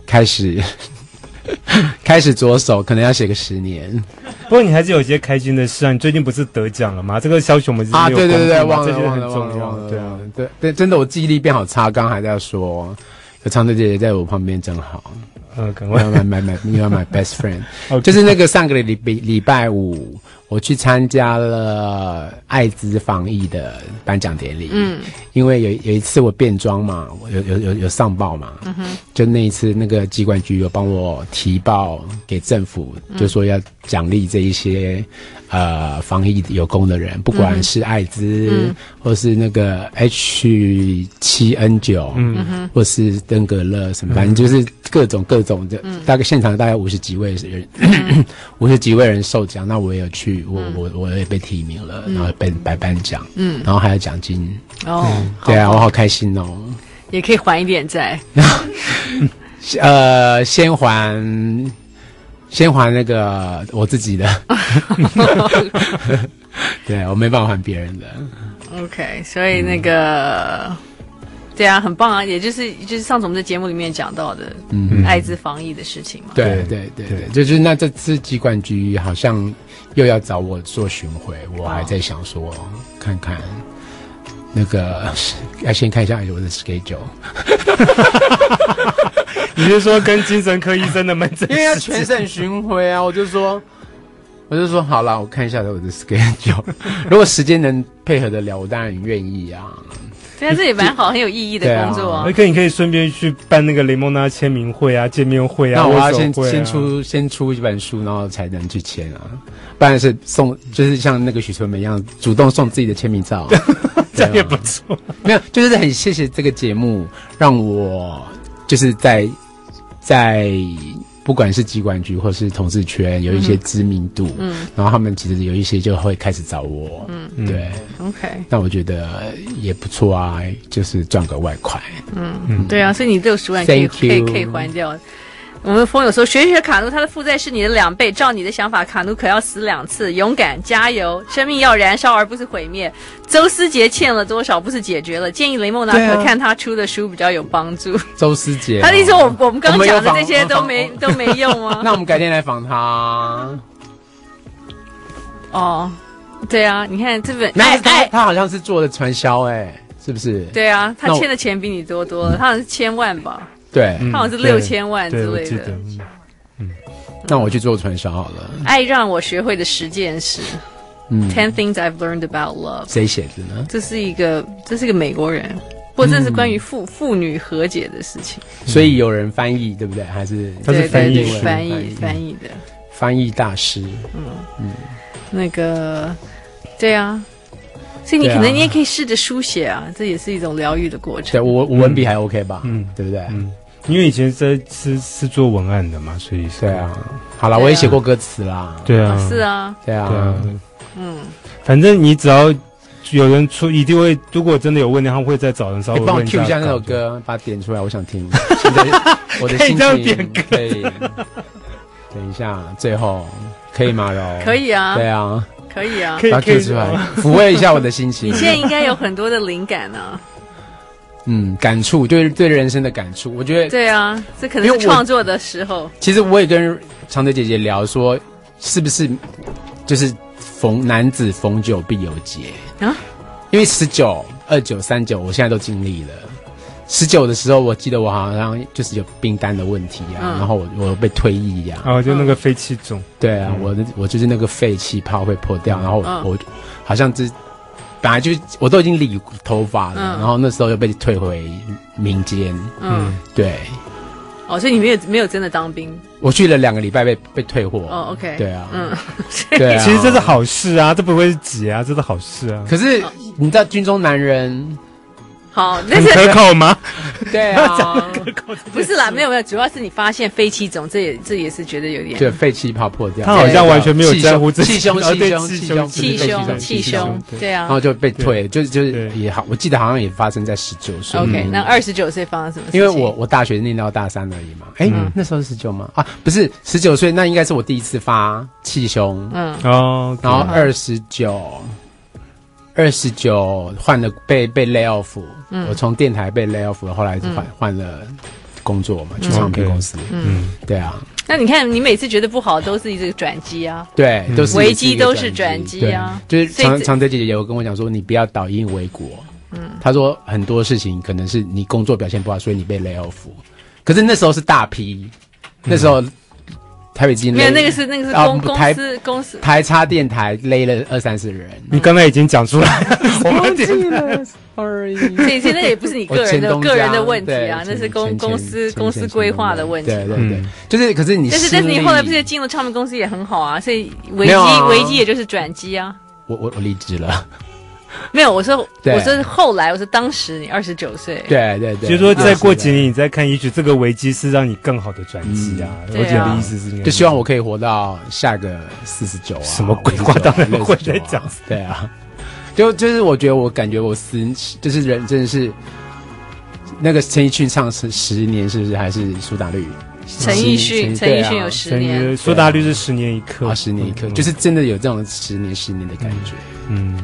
Speaker 3: 开始 开始着手，可能要写个十年。
Speaker 4: 不过你还是有一些开心的事啊！你最近不是得奖了吗？这个消息我们是
Speaker 3: 啊，
Speaker 4: 没有
Speaker 3: 对对对对，
Speaker 4: 公布嘛
Speaker 3: 忘
Speaker 4: 这
Speaker 3: 了
Speaker 4: 些
Speaker 3: 忘
Speaker 4: 很
Speaker 3: 了忘
Speaker 4: 重
Speaker 3: 了
Speaker 4: 要
Speaker 3: 忘，了，
Speaker 4: 对啊。
Speaker 3: 对对，真的我记忆力变好差，刚刚还在说，有长腿姐姐在我旁边真好
Speaker 4: 嗯，赶
Speaker 3: You
Speaker 4: 快
Speaker 3: are my my my you are my best friend，
Speaker 4: OK
Speaker 3: 就是那个上个礼拜礼拜五我去参加了艾滋防疫的颁奖典礼，嗯，因为有有一次我变装嘛，我有有有有上报嘛，嗯哼，就那一次那个机关局有帮我提报给政府，就说要奖励这一些呃防疫有功的人，不管是艾滋、或是那个 H 七 N 九，嗯，或是登革热什么，反正就是各种各种的，大概现场大概五十几位人， 五十几位人受奖，那我也有去，我我我也被提名了，然后被白颁奖，嗯，然后还有奖金，
Speaker 1: 哦，好
Speaker 3: 对啊，我好开心哦。
Speaker 1: 也可以还一点债，
Speaker 3: 呃，先还先还那个我自 己的，对我没办法还别人的。嗯
Speaker 1: OK，所以那个、对啊，很棒啊，也就是就是上次我们在节目里面讲到的，嗯，艾滋防疫的事情嘛。
Speaker 3: 对
Speaker 4: 对
Speaker 3: 对对
Speaker 4: 对
Speaker 3: 对，就是那这次疾管局好像又要找我做巡回，我还在想说看看那个 要先看一下我的 schedule，
Speaker 4: 你是说跟精神科医生的门诊
Speaker 3: 因为要全省巡回 啊，我就说。我就说好了，我看一下我的 schedule，如 果时间能配合得了，我当然愿意啊。
Speaker 1: 对啊，这也蛮好，很有意义
Speaker 3: 对
Speaker 1: 的
Speaker 3: 啊
Speaker 1: 工作啊
Speaker 4: 而。且你可以顺便去办那个雷蒙娜签名会啊、见面会啊。
Speaker 3: 那我要
Speaker 4: 握手
Speaker 3: 先
Speaker 4: 会啊
Speaker 3: 先出先出一本书，然后才能去签啊，不然是送，就是像那个许纯美一样，主动送自己的签 名照，
Speaker 4: 这样也
Speaker 3: 对啊
Speaker 4: 不错。
Speaker 3: 没有，就是很谢谢这个节目，让我就是在在不管是机管局或是同志圈有一些知名度，嗯，然后他们其实有一些就会开始找我，嗯，对，
Speaker 1: OK，
Speaker 3: 那我觉得也不错啊，就是赚个外快，
Speaker 1: 对啊，所以你六十万可以
Speaker 3: 嗯 Thank
Speaker 1: 可以
Speaker 3: you
Speaker 1: 可以还掉。我们风友说，学学卡努，他的负债是你的两倍。照你的想法，卡努可要死两次。勇敢，加油！生命要燃烧，而不是毁灭。周思杰欠了多少，不是解决了。建议雷梦娜
Speaker 3: 对
Speaker 1: 可
Speaker 3: 啊
Speaker 1: 看他出的书比较有帮助。
Speaker 3: 周思 杰、
Speaker 1: 他的意思，我我们刚刚
Speaker 3: 我们有
Speaker 1: 讲的
Speaker 3: 访
Speaker 1: 这些都
Speaker 3: 访
Speaker 1: 没都没用啊吗？
Speaker 3: 那我们改天来访他。
Speaker 1: 哦，对啊，你看这本
Speaker 3: 那
Speaker 1: 爱
Speaker 3: 他
Speaker 1: 爱，
Speaker 3: 他好像是做了传销、哎，是不是？
Speaker 1: 哎对啊，他
Speaker 3: 那我
Speaker 1: 欠的钱比你多多了，他好像是千万吧，
Speaker 3: 对，
Speaker 4: 嗯
Speaker 1: 他好像是
Speaker 4: 对
Speaker 1: 6000万
Speaker 4: 对
Speaker 1: 之
Speaker 4: 我
Speaker 1: 类
Speaker 4: 记
Speaker 1: 的
Speaker 4: 得嗯
Speaker 3: 那我去做传销好了。
Speaker 1: 爱让我学会的十件事
Speaker 3: 嗯，
Speaker 1: ，Ten Things I've Learned About Love，
Speaker 3: 谁写的呢？
Speaker 1: 这是一个这是一个美国人，不过这是关于父父女和解的事情，
Speaker 3: 所以有人翻译，对不对？还是
Speaker 4: 嗯他是
Speaker 1: 对对
Speaker 4: 翻译
Speaker 1: 对，
Speaker 4: 师
Speaker 1: 翻译翻译的
Speaker 3: 翻译大师？
Speaker 1: 那个，对啊。所以你
Speaker 3: 对啊
Speaker 1: 可能你也可以试着书写啊，这也是一种疗愈的过
Speaker 3: 对
Speaker 1: 程。
Speaker 3: 我我文笔还 OK 吧？嗯
Speaker 4: 嗯，
Speaker 3: 对不对？
Speaker 4: 嗯，因为以前在是是做文案的嘛，所以是
Speaker 3: 对，啊。好了，我也写过歌词啦。
Speaker 4: 对啊，
Speaker 1: 是啊，
Speaker 3: 对
Speaker 4: 对啊
Speaker 3: 啊，，
Speaker 1: 嗯，
Speaker 4: 反正你只要有人出，一定会。如果真的有问题，他们会再找人稍
Speaker 3: 你
Speaker 4: 微
Speaker 3: 哎帮我
Speaker 4: 问
Speaker 3: Q 一下那
Speaker 4: 搞
Speaker 3: 首
Speaker 4: 就。
Speaker 3: 歌，把它点出来，我 想听。现在我的
Speaker 4: 可以
Speaker 3: 心
Speaker 4: 这样
Speaker 3: 情
Speaker 4: 点歌
Speaker 3: 可以。等一下，最后可以吗？柔
Speaker 1: 可。以啊
Speaker 3: 对，啊，
Speaker 1: 可以啊
Speaker 4: 可。以
Speaker 3: 把它
Speaker 4: 可
Speaker 3: Q
Speaker 4: 以
Speaker 3: 出来，抚慰一下我的心情。
Speaker 1: 你现在应该有很多的灵感啊。
Speaker 3: 嗯，感触就是对人生的感触。我觉得，
Speaker 1: 对啊，这可能
Speaker 3: 因为
Speaker 1: 是
Speaker 3: 我
Speaker 1: 创作的时候。
Speaker 3: 其实我也跟常德姐姐聊说，是不是就是逢男子逢九必有劫
Speaker 1: 啊
Speaker 3: 啊？因为十九、二九、三九，我现在都经历了。十九的时候，我记得我好像就是有病单的问题啊，
Speaker 1: 嗯
Speaker 3: 然后我我被退役呀、啊，
Speaker 4: 哦，就那个废气肿，
Speaker 3: 对啊，我的我就是那个肺气泡会破掉，然后我,、
Speaker 1: 嗯
Speaker 3: 我好像这本来就我都已经理头发了，
Speaker 1: 嗯
Speaker 3: 然后那时候又被退回民间，
Speaker 1: 嗯，
Speaker 3: 对。
Speaker 1: 哦，所以你没有没有真的当兵。
Speaker 3: 我去了两个礼拜被被退货。
Speaker 1: 哦，OK。
Speaker 3: 对啊，
Speaker 1: 嗯，
Speaker 3: 对 啊。
Speaker 4: 其实这是，好事啊，这不会是解啊，这是好事啊。
Speaker 3: 可是
Speaker 1: 哦
Speaker 3: 你知道军中 男人，
Speaker 1: 好，但
Speaker 4: 很
Speaker 1: 是
Speaker 4: 可口吗？
Speaker 3: 对啊，
Speaker 1: 不是啦？没有没有，主要是你发现飞机总，这也这也是觉得有点
Speaker 3: 对，肺气泡破掉，
Speaker 4: 他好像完全没有
Speaker 3: 气胸
Speaker 4: 在乎自己
Speaker 3: 气胸
Speaker 4: 哦
Speaker 3: 气
Speaker 4: 对
Speaker 3: 胸
Speaker 4: 气
Speaker 3: 气
Speaker 4: 胸
Speaker 3: 胸
Speaker 1: 气
Speaker 4: 对
Speaker 1: 胸气
Speaker 4: 气胸
Speaker 1: 胸
Speaker 4: 胸。
Speaker 1: 对
Speaker 3: 然
Speaker 1: 啊
Speaker 3: 后。就被退，就是就是
Speaker 4: 对
Speaker 3: 也好，我记得好像也发生在十九岁。
Speaker 1: OK，
Speaker 3: 嗯
Speaker 1: 那二十九岁发生什么事情？
Speaker 3: 因为我我大学念到大三而已嘛，
Speaker 4: 嗯
Speaker 3: 哎，那时候十九吗？啊，不是十九岁，那应该是我第一次发气胸，
Speaker 1: 嗯
Speaker 4: 哦，
Speaker 3: 然后二十九，二十九换了被被 lay off，、我
Speaker 1: 嗯
Speaker 3: 从电台被 lay off，后来换、换了工作嘛，去唱片公司。
Speaker 4: 嗯，
Speaker 3: 对啊，
Speaker 1: 那你看，你每次觉得不好都是一个转机啊。
Speaker 3: 对，都是
Speaker 1: 危机都是
Speaker 3: 转
Speaker 1: 转机啊
Speaker 3: 就是
Speaker 1: 所以
Speaker 3: 常
Speaker 1: 这
Speaker 3: 常德姐姐有跟我讲说，你不要倒因为国。嗯，她说很多事情可能是你工作表现不好，所以你被 lay off。可是那时候是大批，那时候台北基金
Speaker 1: 没有，
Speaker 3: 勒
Speaker 1: 那个是那个是
Speaker 3: 啊
Speaker 1: 公公
Speaker 3: 台
Speaker 1: 司公司。
Speaker 3: 台差电台勒了二三十人。
Speaker 4: 你刚才已经讲出来 了，我们点
Speaker 3: 了，sorry。
Speaker 1: 所以，所以那个也不是你
Speaker 3: 我
Speaker 1: 个人
Speaker 3: 哦前
Speaker 1: 的
Speaker 3: 东家
Speaker 1: 个人的问题
Speaker 3: 对
Speaker 1: 啊，那
Speaker 3: 前
Speaker 1: 是公
Speaker 3: 前
Speaker 1: 公
Speaker 3: 前
Speaker 1: 司
Speaker 3: 前
Speaker 1: 公司
Speaker 3: 前
Speaker 1: 规划
Speaker 3: 前
Speaker 1: 的问题。
Speaker 3: 对对对
Speaker 4: 嗯，
Speaker 3: 就是可是你
Speaker 1: 但是，但是你
Speaker 3: 心里
Speaker 1: 后来不是进了唱片公司也很好啊，所以危机、
Speaker 3: 没有啊
Speaker 1: 危机也就是转机啊。
Speaker 3: 我我我离职了，
Speaker 1: 没有，我说
Speaker 3: 对
Speaker 1: 我说后来，我说当时你二十九岁，
Speaker 3: 对对对，
Speaker 4: 就是说再过
Speaker 3: 几
Speaker 4: 几年你再看，也许这个危机是让你更好的转机啊。我
Speaker 1: 对啊
Speaker 4: 姐的意思是这样，
Speaker 3: 就希望我可以活到下个四十九啊，
Speaker 4: 什么鬼话当然会在讲
Speaker 3: 69啊对啊，就就是我觉得我感觉我思就是人真的是那个陈奕迅唱十十年是不是还是苏打绿？
Speaker 1: 陈奕迅，陈
Speaker 3: 陈
Speaker 1: 奕
Speaker 3: 奕
Speaker 1: 迅
Speaker 3: 迅
Speaker 1: 有
Speaker 3: 有
Speaker 1: 十
Speaker 4: 感
Speaker 1: 年，
Speaker 4: 觉苏打绿是十年一刻
Speaker 3: 啊，十年一刻，
Speaker 4: 嗯
Speaker 3: 就是真的有这种十年十年的感觉。
Speaker 4: 嗯，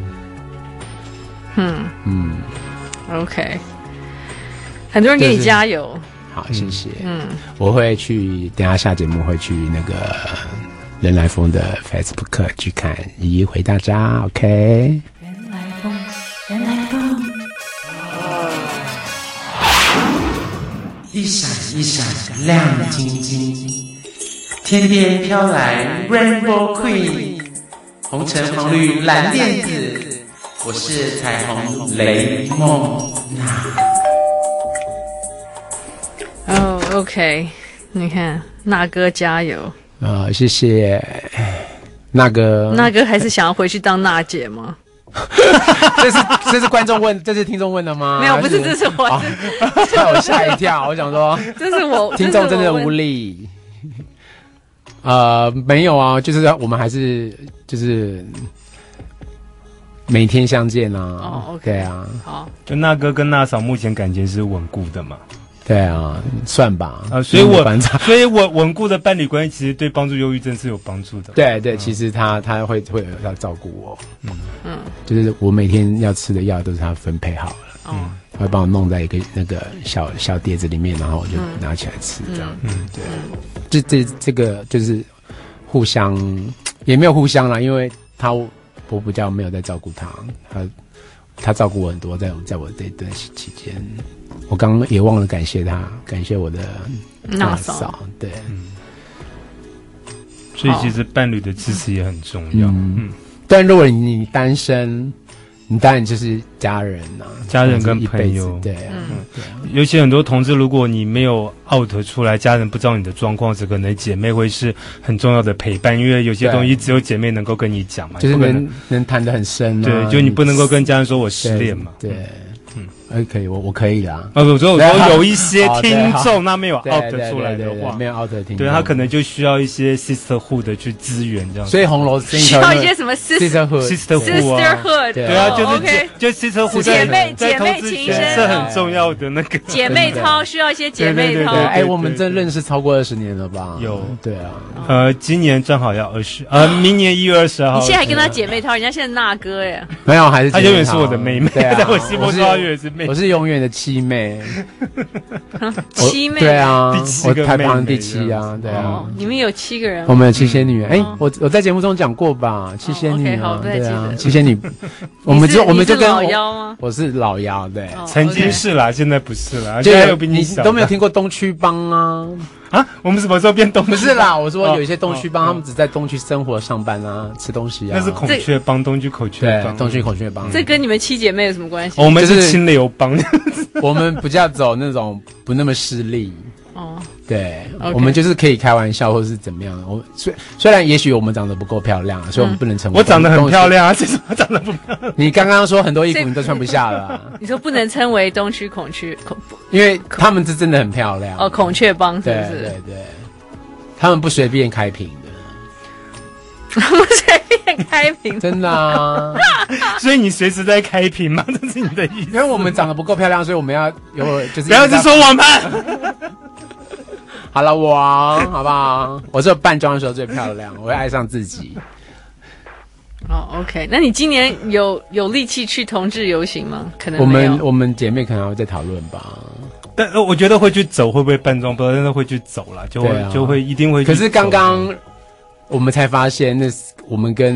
Speaker 1: 嗯
Speaker 3: 嗯，
Speaker 1: ，OK。很多人给你
Speaker 3: 就是
Speaker 1: 加油。
Speaker 3: 好，谢谢。嗯，我会去，等一下下节目会去那个人来疯的 Facebook 去看，一一回大家。OK，
Speaker 2: 一闪一闪亮晶晶，天边飘来 Rainbow Queen，红橙黄绿蓝靛紫，我是彩虹雷梦娜。
Speaker 1: 哦，OK，你看那哥加油，
Speaker 3: 呃，谢谢那个，
Speaker 1: 那哥还是想要回去当娜姐吗？
Speaker 3: 这是这是观众问，这是听众问的吗？
Speaker 1: 没有，不是，
Speaker 3: 还
Speaker 1: 这是我，
Speaker 3: 吓我吓一跳，我想说。
Speaker 1: 这这是我，
Speaker 3: 啊听
Speaker 1: 这
Speaker 3: 众
Speaker 1: 是
Speaker 3: 真的
Speaker 1: 我问
Speaker 3: 无力。呃，没有啊，就是我们还是就是每天相见啊。
Speaker 1: 哦，OK
Speaker 3: 对啊，
Speaker 1: 好，
Speaker 4: 就那哥跟那嫂目前感情是稳固的嘛？
Speaker 3: 对啊，算吧。
Speaker 4: 啊，所以我
Speaker 3: 反正
Speaker 4: 所以我稳固的伴侣关系其实对帮助忧郁症是有帮助的。，
Speaker 3: 对对，其实他他会会要照顾我。嗯嗯，就是我每天要吃的药都是他分配好了，
Speaker 1: 哦，
Speaker 3: 他会帮我弄在一个那个小小碟子里面，然后我就拿起来吃这样。嗯，对，这这这个就是互相也没有互相啦，因为他我比较没有在照顾他，他他照顾我很多，在我在我这段期间，我刚刚也忘了感谢他，感谢我的
Speaker 1: 那嫂
Speaker 3: 嫂，对，
Speaker 4: 所以其实伴侣的支持也很重要。嗯，
Speaker 3: 但如果你单身，你当然就是家人呐、
Speaker 4: 家人跟
Speaker 3: 一辈
Speaker 4: 朋
Speaker 3: 子
Speaker 4: 友
Speaker 3: 对、
Speaker 1: 嗯
Speaker 3: 啊，
Speaker 4: 尤其很多同志，如果你没有 out 出来，家人不知道你的状况时，可能姐妹会是很重要的陪伴，因为有些
Speaker 3: 对
Speaker 4: 东西只有姐妹能够跟你讲嘛，
Speaker 3: 就是
Speaker 4: 你不可能
Speaker 3: 能能谈得很深、啊，
Speaker 4: 对，就你不能够跟家人说我失
Speaker 3: 对
Speaker 4: 恋嘛。
Speaker 3: 对，嗯，哎，可以，我我可以啦。
Speaker 4: 啊，我说我
Speaker 3: 对啊
Speaker 4: 说有一些
Speaker 3: 哦对
Speaker 4: 听
Speaker 3: 好
Speaker 4: 众他没有
Speaker 3: 对
Speaker 4: out
Speaker 3: 对
Speaker 4: 出来的
Speaker 3: 对啊对对
Speaker 4: 话
Speaker 3: 没，有 out 的听众，
Speaker 4: 对他可能就需要一些 sisterhood 的去支援这样子。
Speaker 3: 所以红楼这一
Speaker 1: 需
Speaker 3: 条
Speaker 1: 要一些什么 sis-
Speaker 3: sisterhood
Speaker 4: sisterhood 啊。
Speaker 1: sisterhood，
Speaker 3: 对
Speaker 4: 对啊，
Speaker 1: 哦
Speaker 4: 就是
Speaker 1: OK，
Speaker 4: 就就 sisterhood
Speaker 1: 姐妹
Speaker 4: 在
Speaker 1: 姐妹
Speaker 4: 在同志
Speaker 1: 情啊
Speaker 4: 圈
Speaker 3: 深
Speaker 4: 是很重要的那个
Speaker 1: 姐妹掏需要一些姐妹
Speaker 4: 对
Speaker 1: 掏
Speaker 3: 对，
Speaker 4: 对
Speaker 3: 哎，
Speaker 4: 对
Speaker 3: 我们
Speaker 4: 对
Speaker 3: 真
Speaker 4: 对
Speaker 3: 认识超过二十年了吧？
Speaker 4: 有
Speaker 3: 对啊，
Speaker 4: 呃，今年正好要二十，呃，明年一月二十号
Speaker 1: 你，现在还跟他姐妹掏，人家现在那哥耶，
Speaker 3: 没有，还是
Speaker 4: 她
Speaker 3: 觉得
Speaker 4: 永远
Speaker 3: 她
Speaker 4: 是我的妹妹
Speaker 3: 对啊
Speaker 4: 在我心目中
Speaker 3: 是
Speaker 4: 她永远是妹
Speaker 3: 我是永远的七妹，我
Speaker 1: 七妹
Speaker 3: 对，啊
Speaker 4: 第，七
Speaker 3: 我
Speaker 4: 个
Speaker 3: 排
Speaker 4: 妹
Speaker 3: 行
Speaker 4: 妹
Speaker 3: 第
Speaker 4: 这
Speaker 3: 七
Speaker 4: 样
Speaker 3: 啊，对啊
Speaker 1: 哦，，你们有七个人
Speaker 3: 我，们有七仙女，哎、我我在节目中讲过吧，七仙女、
Speaker 1: 嗯哦 OK，
Speaker 3: 啊
Speaker 1: 好不太
Speaker 3: 对
Speaker 1: 记
Speaker 3: 啊，
Speaker 1: 得
Speaker 3: 七仙女， 我们就我们就
Speaker 1: 你是
Speaker 3: 跟
Speaker 1: 老妖吗？
Speaker 3: 我是老妖，对，
Speaker 1: 哦
Speaker 4: 曾经
Speaker 1: OK
Speaker 4: 是啦，现在不是啦，
Speaker 3: 就
Speaker 4: 现在
Speaker 3: 有
Speaker 4: 有比小的
Speaker 3: 都没有听过东区帮啊，
Speaker 4: 啊？我们什么时候变东？
Speaker 3: 不是，啦，我说
Speaker 4: 哦
Speaker 3: 有一些东区帮、
Speaker 4: 哦
Speaker 3: 他们只在东区生活、上班啊，吃东西啊，
Speaker 4: 那是孔雀帮东区孔雀
Speaker 3: 对
Speaker 4: 帮，哦
Speaker 3: 东区孔雀帮，
Speaker 1: 这跟你们七姐妹有什么关系？
Speaker 4: 我们
Speaker 3: 就是是
Speaker 4: 清流帮，
Speaker 3: 我们比较走那种不那么势利。
Speaker 1: 哦，
Speaker 3: 对
Speaker 1: OK
Speaker 3: 我们就是可以开玩笑，或是怎么样的。我虽虽然也许我们长得不够漂亮，啊所以我们不能成为、
Speaker 4: 我长得很漂。亮啊，其实我长得不漂亮。
Speaker 3: 你刚刚说很多衣服
Speaker 1: 所以
Speaker 3: 你都穿不下了啊、
Speaker 1: 你说不能称为东区孔雀孔
Speaker 3: 因为他们是真的很漂亮
Speaker 1: 哦孔雀帮是
Speaker 3: 对
Speaker 1: 不
Speaker 3: 对
Speaker 1: 是？
Speaker 3: 对，他们不随便开屏的，
Speaker 1: 我随便开屏，
Speaker 3: 真的啊。
Speaker 4: 所以你随时在开屏吗？ 这是你的意
Speaker 3: 因
Speaker 4: 思？
Speaker 3: 为我们长得不够漂亮，所以我们要有就是
Speaker 4: 不要只说我们。
Speaker 3: 好了王，好不好？我只有扮装的时候最漂亮，我会爱上自己。
Speaker 1: 哦，OK，那你今年有有力气去同志游行吗？可能
Speaker 3: 我
Speaker 1: 没
Speaker 3: 们
Speaker 1: 有。
Speaker 3: 我们姐妹可能还会再讨论吧。
Speaker 4: 但呃，我觉得会去走，会不会扮装不知道，但是会去走啦，就会、
Speaker 3: 对啊
Speaker 4: 就会一定会去
Speaker 3: 可
Speaker 4: 走的。
Speaker 3: 是刚刚我们才发现，那是我们跟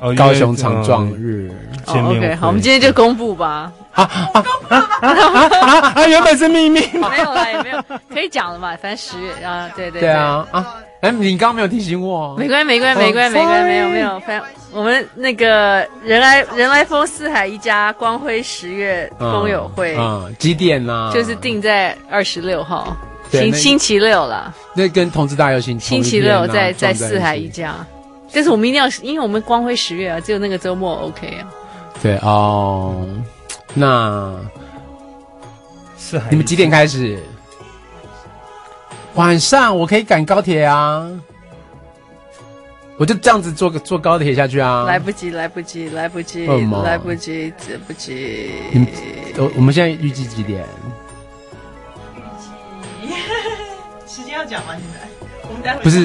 Speaker 4: 哦因为
Speaker 3: 高雄场撞
Speaker 4: 嗯
Speaker 3: 日
Speaker 1: 哦
Speaker 4: 见面会
Speaker 1: OK，好，我们今天就公布吧。
Speaker 4: 啊啊，原本是秘密。
Speaker 1: 没有啦，也没有，可以讲了嘛，反正十月啊，对对
Speaker 3: 对，啊啊！哎，你刚刚没有提醒我
Speaker 1: 没关系，没关系，没关系，没关系，没有没有，反正我们那个人来人来疯四海一家光辉十月
Speaker 3: 嗯
Speaker 1: 风友会，
Speaker 3: 啊，几点呢？
Speaker 1: 就是定在二十六号，
Speaker 3: 对
Speaker 1: 星
Speaker 3: 那
Speaker 1: 星期六啦，
Speaker 3: 那跟同志大游行同
Speaker 1: 星
Speaker 3: 一
Speaker 1: 期
Speaker 3: 天啊
Speaker 1: 六在
Speaker 3: 撞一起
Speaker 1: 四海一家。但是我们一定要，因为我们光辉十月啊，只有那个周末 OK 啊。
Speaker 3: 对哦，那
Speaker 4: 是还
Speaker 3: 你们几点开始？晚上我可以赶高铁啊，我就这样子坐个坐高铁下去啊。
Speaker 1: 来，不及，来不及，来不及
Speaker 3: 为什，么
Speaker 1: 来不及，来不及。
Speaker 3: 你们我我们现在预计几点？
Speaker 7: 时间要讲吗？现在我们待会
Speaker 3: 不是。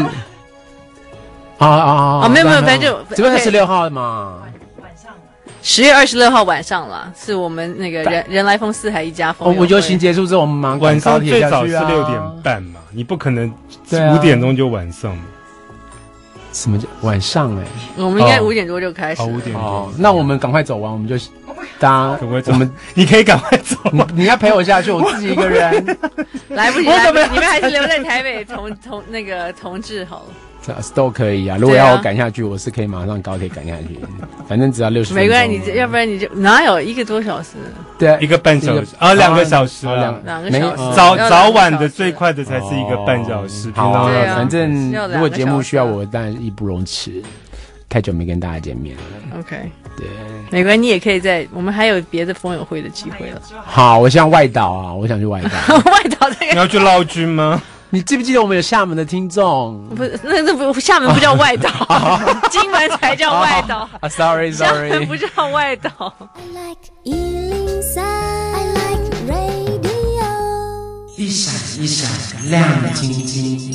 Speaker 3: 啊啊啊！
Speaker 1: 哦没有没有
Speaker 3: 然后
Speaker 1: 反正就
Speaker 3: 这边
Speaker 1: 对
Speaker 3: 是十六号嘛，
Speaker 7: 晚上啊，
Speaker 1: 十月二十六号晚上了，是我们那个人人来疯四海一家疯
Speaker 3: 我
Speaker 1: 友会。
Speaker 3: 们游哦行结束之后，我们马上赶
Speaker 4: 晚
Speaker 3: 高
Speaker 4: 上
Speaker 3: 铁
Speaker 4: 最
Speaker 3: 下
Speaker 4: 早
Speaker 3: 去
Speaker 4: 是
Speaker 3: 啊
Speaker 4: 六点，半嘛，你不可能
Speaker 3: 对啊
Speaker 4: 五点钟就晚上嘛。
Speaker 3: 什么叫晚上哎、
Speaker 1: 我们应该
Speaker 4: 哦
Speaker 1: 五点多就开始
Speaker 4: 哦，
Speaker 1: 了。
Speaker 4: 五点
Speaker 3: 哦
Speaker 4: 钟，，
Speaker 3: 那我们赶快走完，我们就搭
Speaker 4: 赶快走
Speaker 3: 我们
Speaker 4: 你可以赶快走
Speaker 3: 你
Speaker 4: 吗？
Speaker 3: 你要陪我下去，我自己一个人。
Speaker 1: 来不及，
Speaker 4: 我
Speaker 1: 来
Speaker 4: 怎
Speaker 1: 不
Speaker 4: 么
Speaker 1: 及，你们还是留在台北 同同那个同志好了，
Speaker 3: 这都可以啊。如果要
Speaker 1: 对啊
Speaker 3: 我赶下去，我是可以马上高铁赶下去，反正只要六十。
Speaker 1: 没关系，你这要不然你就哪有一个多小时？
Speaker 3: 对啊
Speaker 4: 一个半小时啊两个小时啊
Speaker 1: 两个
Speaker 3: 没
Speaker 1: 小时
Speaker 3: 哦
Speaker 4: 早
Speaker 1: 要两个
Speaker 4: 早晚的
Speaker 1: 小时
Speaker 4: 最快的才是一个半小时，平
Speaker 3: 好啊
Speaker 4: 常
Speaker 1: 对
Speaker 4: 要
Speaker 1: 啊
Speaker 3: 反正
Speaker 1: 要两个
Speaker 3: 如果节目需要
Speaker 1: 小时啊
Speaker 3: 我，当然义不容辞。太久没跟大家见面了，
Speaker 1: OK，
Speaker 3: 对。
Speaker 1: 没关系，你也可以在我们还有别的风友会的机会了。
Speaker 3: 好，我想外岛啊，我想去外 岛。
Speaker 1: 外岛这
Speaker 4: 你
Speaker 1: 个
Speaker 4: 要去捞军吗？
Speaker 3: 你记不记得我们有厦门的听众？
Speaker 1: 不是，那那不厦门不叫 外岛，金门才叫外 岛，
Speaker 3: 啊，sorry
Speaker 1: 厦门不
Speaker 3: sorry，
Speaker 1: 叫外岛。
Speaker 6: I like Ealing Sound. I like radio.
Speaker 2: 一闪一闪亮晶晶，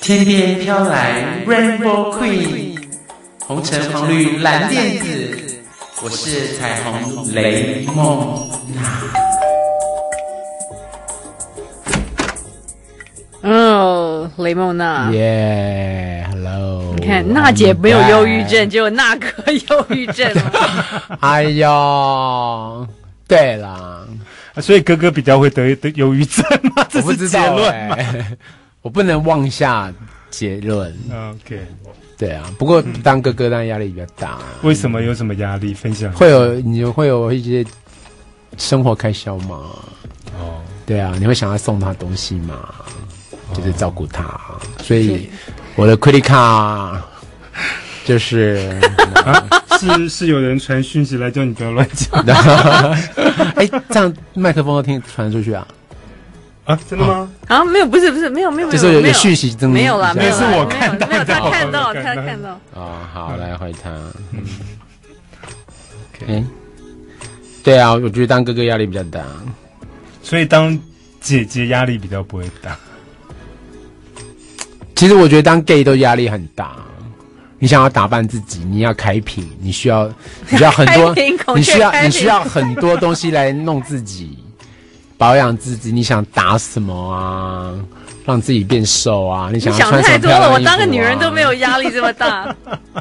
Speaker 2: 天边飘来 Rainbow Queen，红橙黄绿蓝靛紫，我是彩虹雷梦娜。
Speaker 1: 哦，雷梦娜。
Speaker 3: 耶，hello。
Speaker 1: 你看，娜姐没有忧郁症，。结果娜 哥忧郁症了。
Speaker 3: 哎呦，对 啦，
Speaker 4: 啊所以哥哥比较会得得忧郁症吗？这
Speaker 3: 我不
Speaker 4: 是
Speaker 3: 知
Speaker 4: 结
Speaker 3: 道
Speaker 4: 论吗。
Speaker 3: 欸我不能妄下结论。
Speaker 4: OK，
Speaker 3: 对啊，不过当哥哥当然压力比较大，
Speaker 4: 为什么有什么压力？分享
Speaker 3: 会有你会有一些生活开销嘛？
Speaker 4: 哦，
Speaker 3: 对啊，你会想要送他东西嘛？就是照顾他，所以我的 credit card 就是
Speaker 4: 是是有人传讯息来叫你不要乱讲
Speaker 3: 哎，这样麦克风都听传出去啊？
Speaker 4: 啊？真的吗？
Speaker 1: 啊，没有，不是不是，没有没有没有，
Speaker 3: 就是有
Speaker 1: 没
Speaker 3: 有讯息增
Speaker 1: 没有啦，
Speaker 3: 一下
Speaker 1: 没有啦，
Speaker 4: 那是我
Speaker 1: 没有
Speaker 4: 看到的
Speaker 1: 没有他看到，
Speaker 4: 我看
Speaker 1: 他
Speaker 4: 到
Speaker 1: 看到。
Speaker 3: 哦，好，来回他。嗯
Speaker 4: OK
Speaker 3: 哎对啊，我觉得当哥哥压力比较大。
Speaker 4: 所以当姐姐压力比较不会大。
Speaker 3: 其实我觉得当 gay 都压力很大。你想要打扮自己，你要开屏，你需要，你需要很多
Speaker 1: 开屏，孔雀
Speaker 3: 你需要
Speaker 1: 开屏
Speaker 3: 你需要很多东西来弄自己，保养自己。你想打什么啊？让自己变瘦啊？你
Speaker 1: 你
Speaker 3: 想要
Speaker 1: 想
Speaker 3: 穿什
Speaker 1: 太
Speaker 3: 么
Speaker 1: 多
Speaker 3: 漂亮
Speaker 1: 了，
Speaker 3: 的
Speaker 1: 我
Speaker 3: 衣服啊
Speaker 1: 当个女人都没有压力这么大。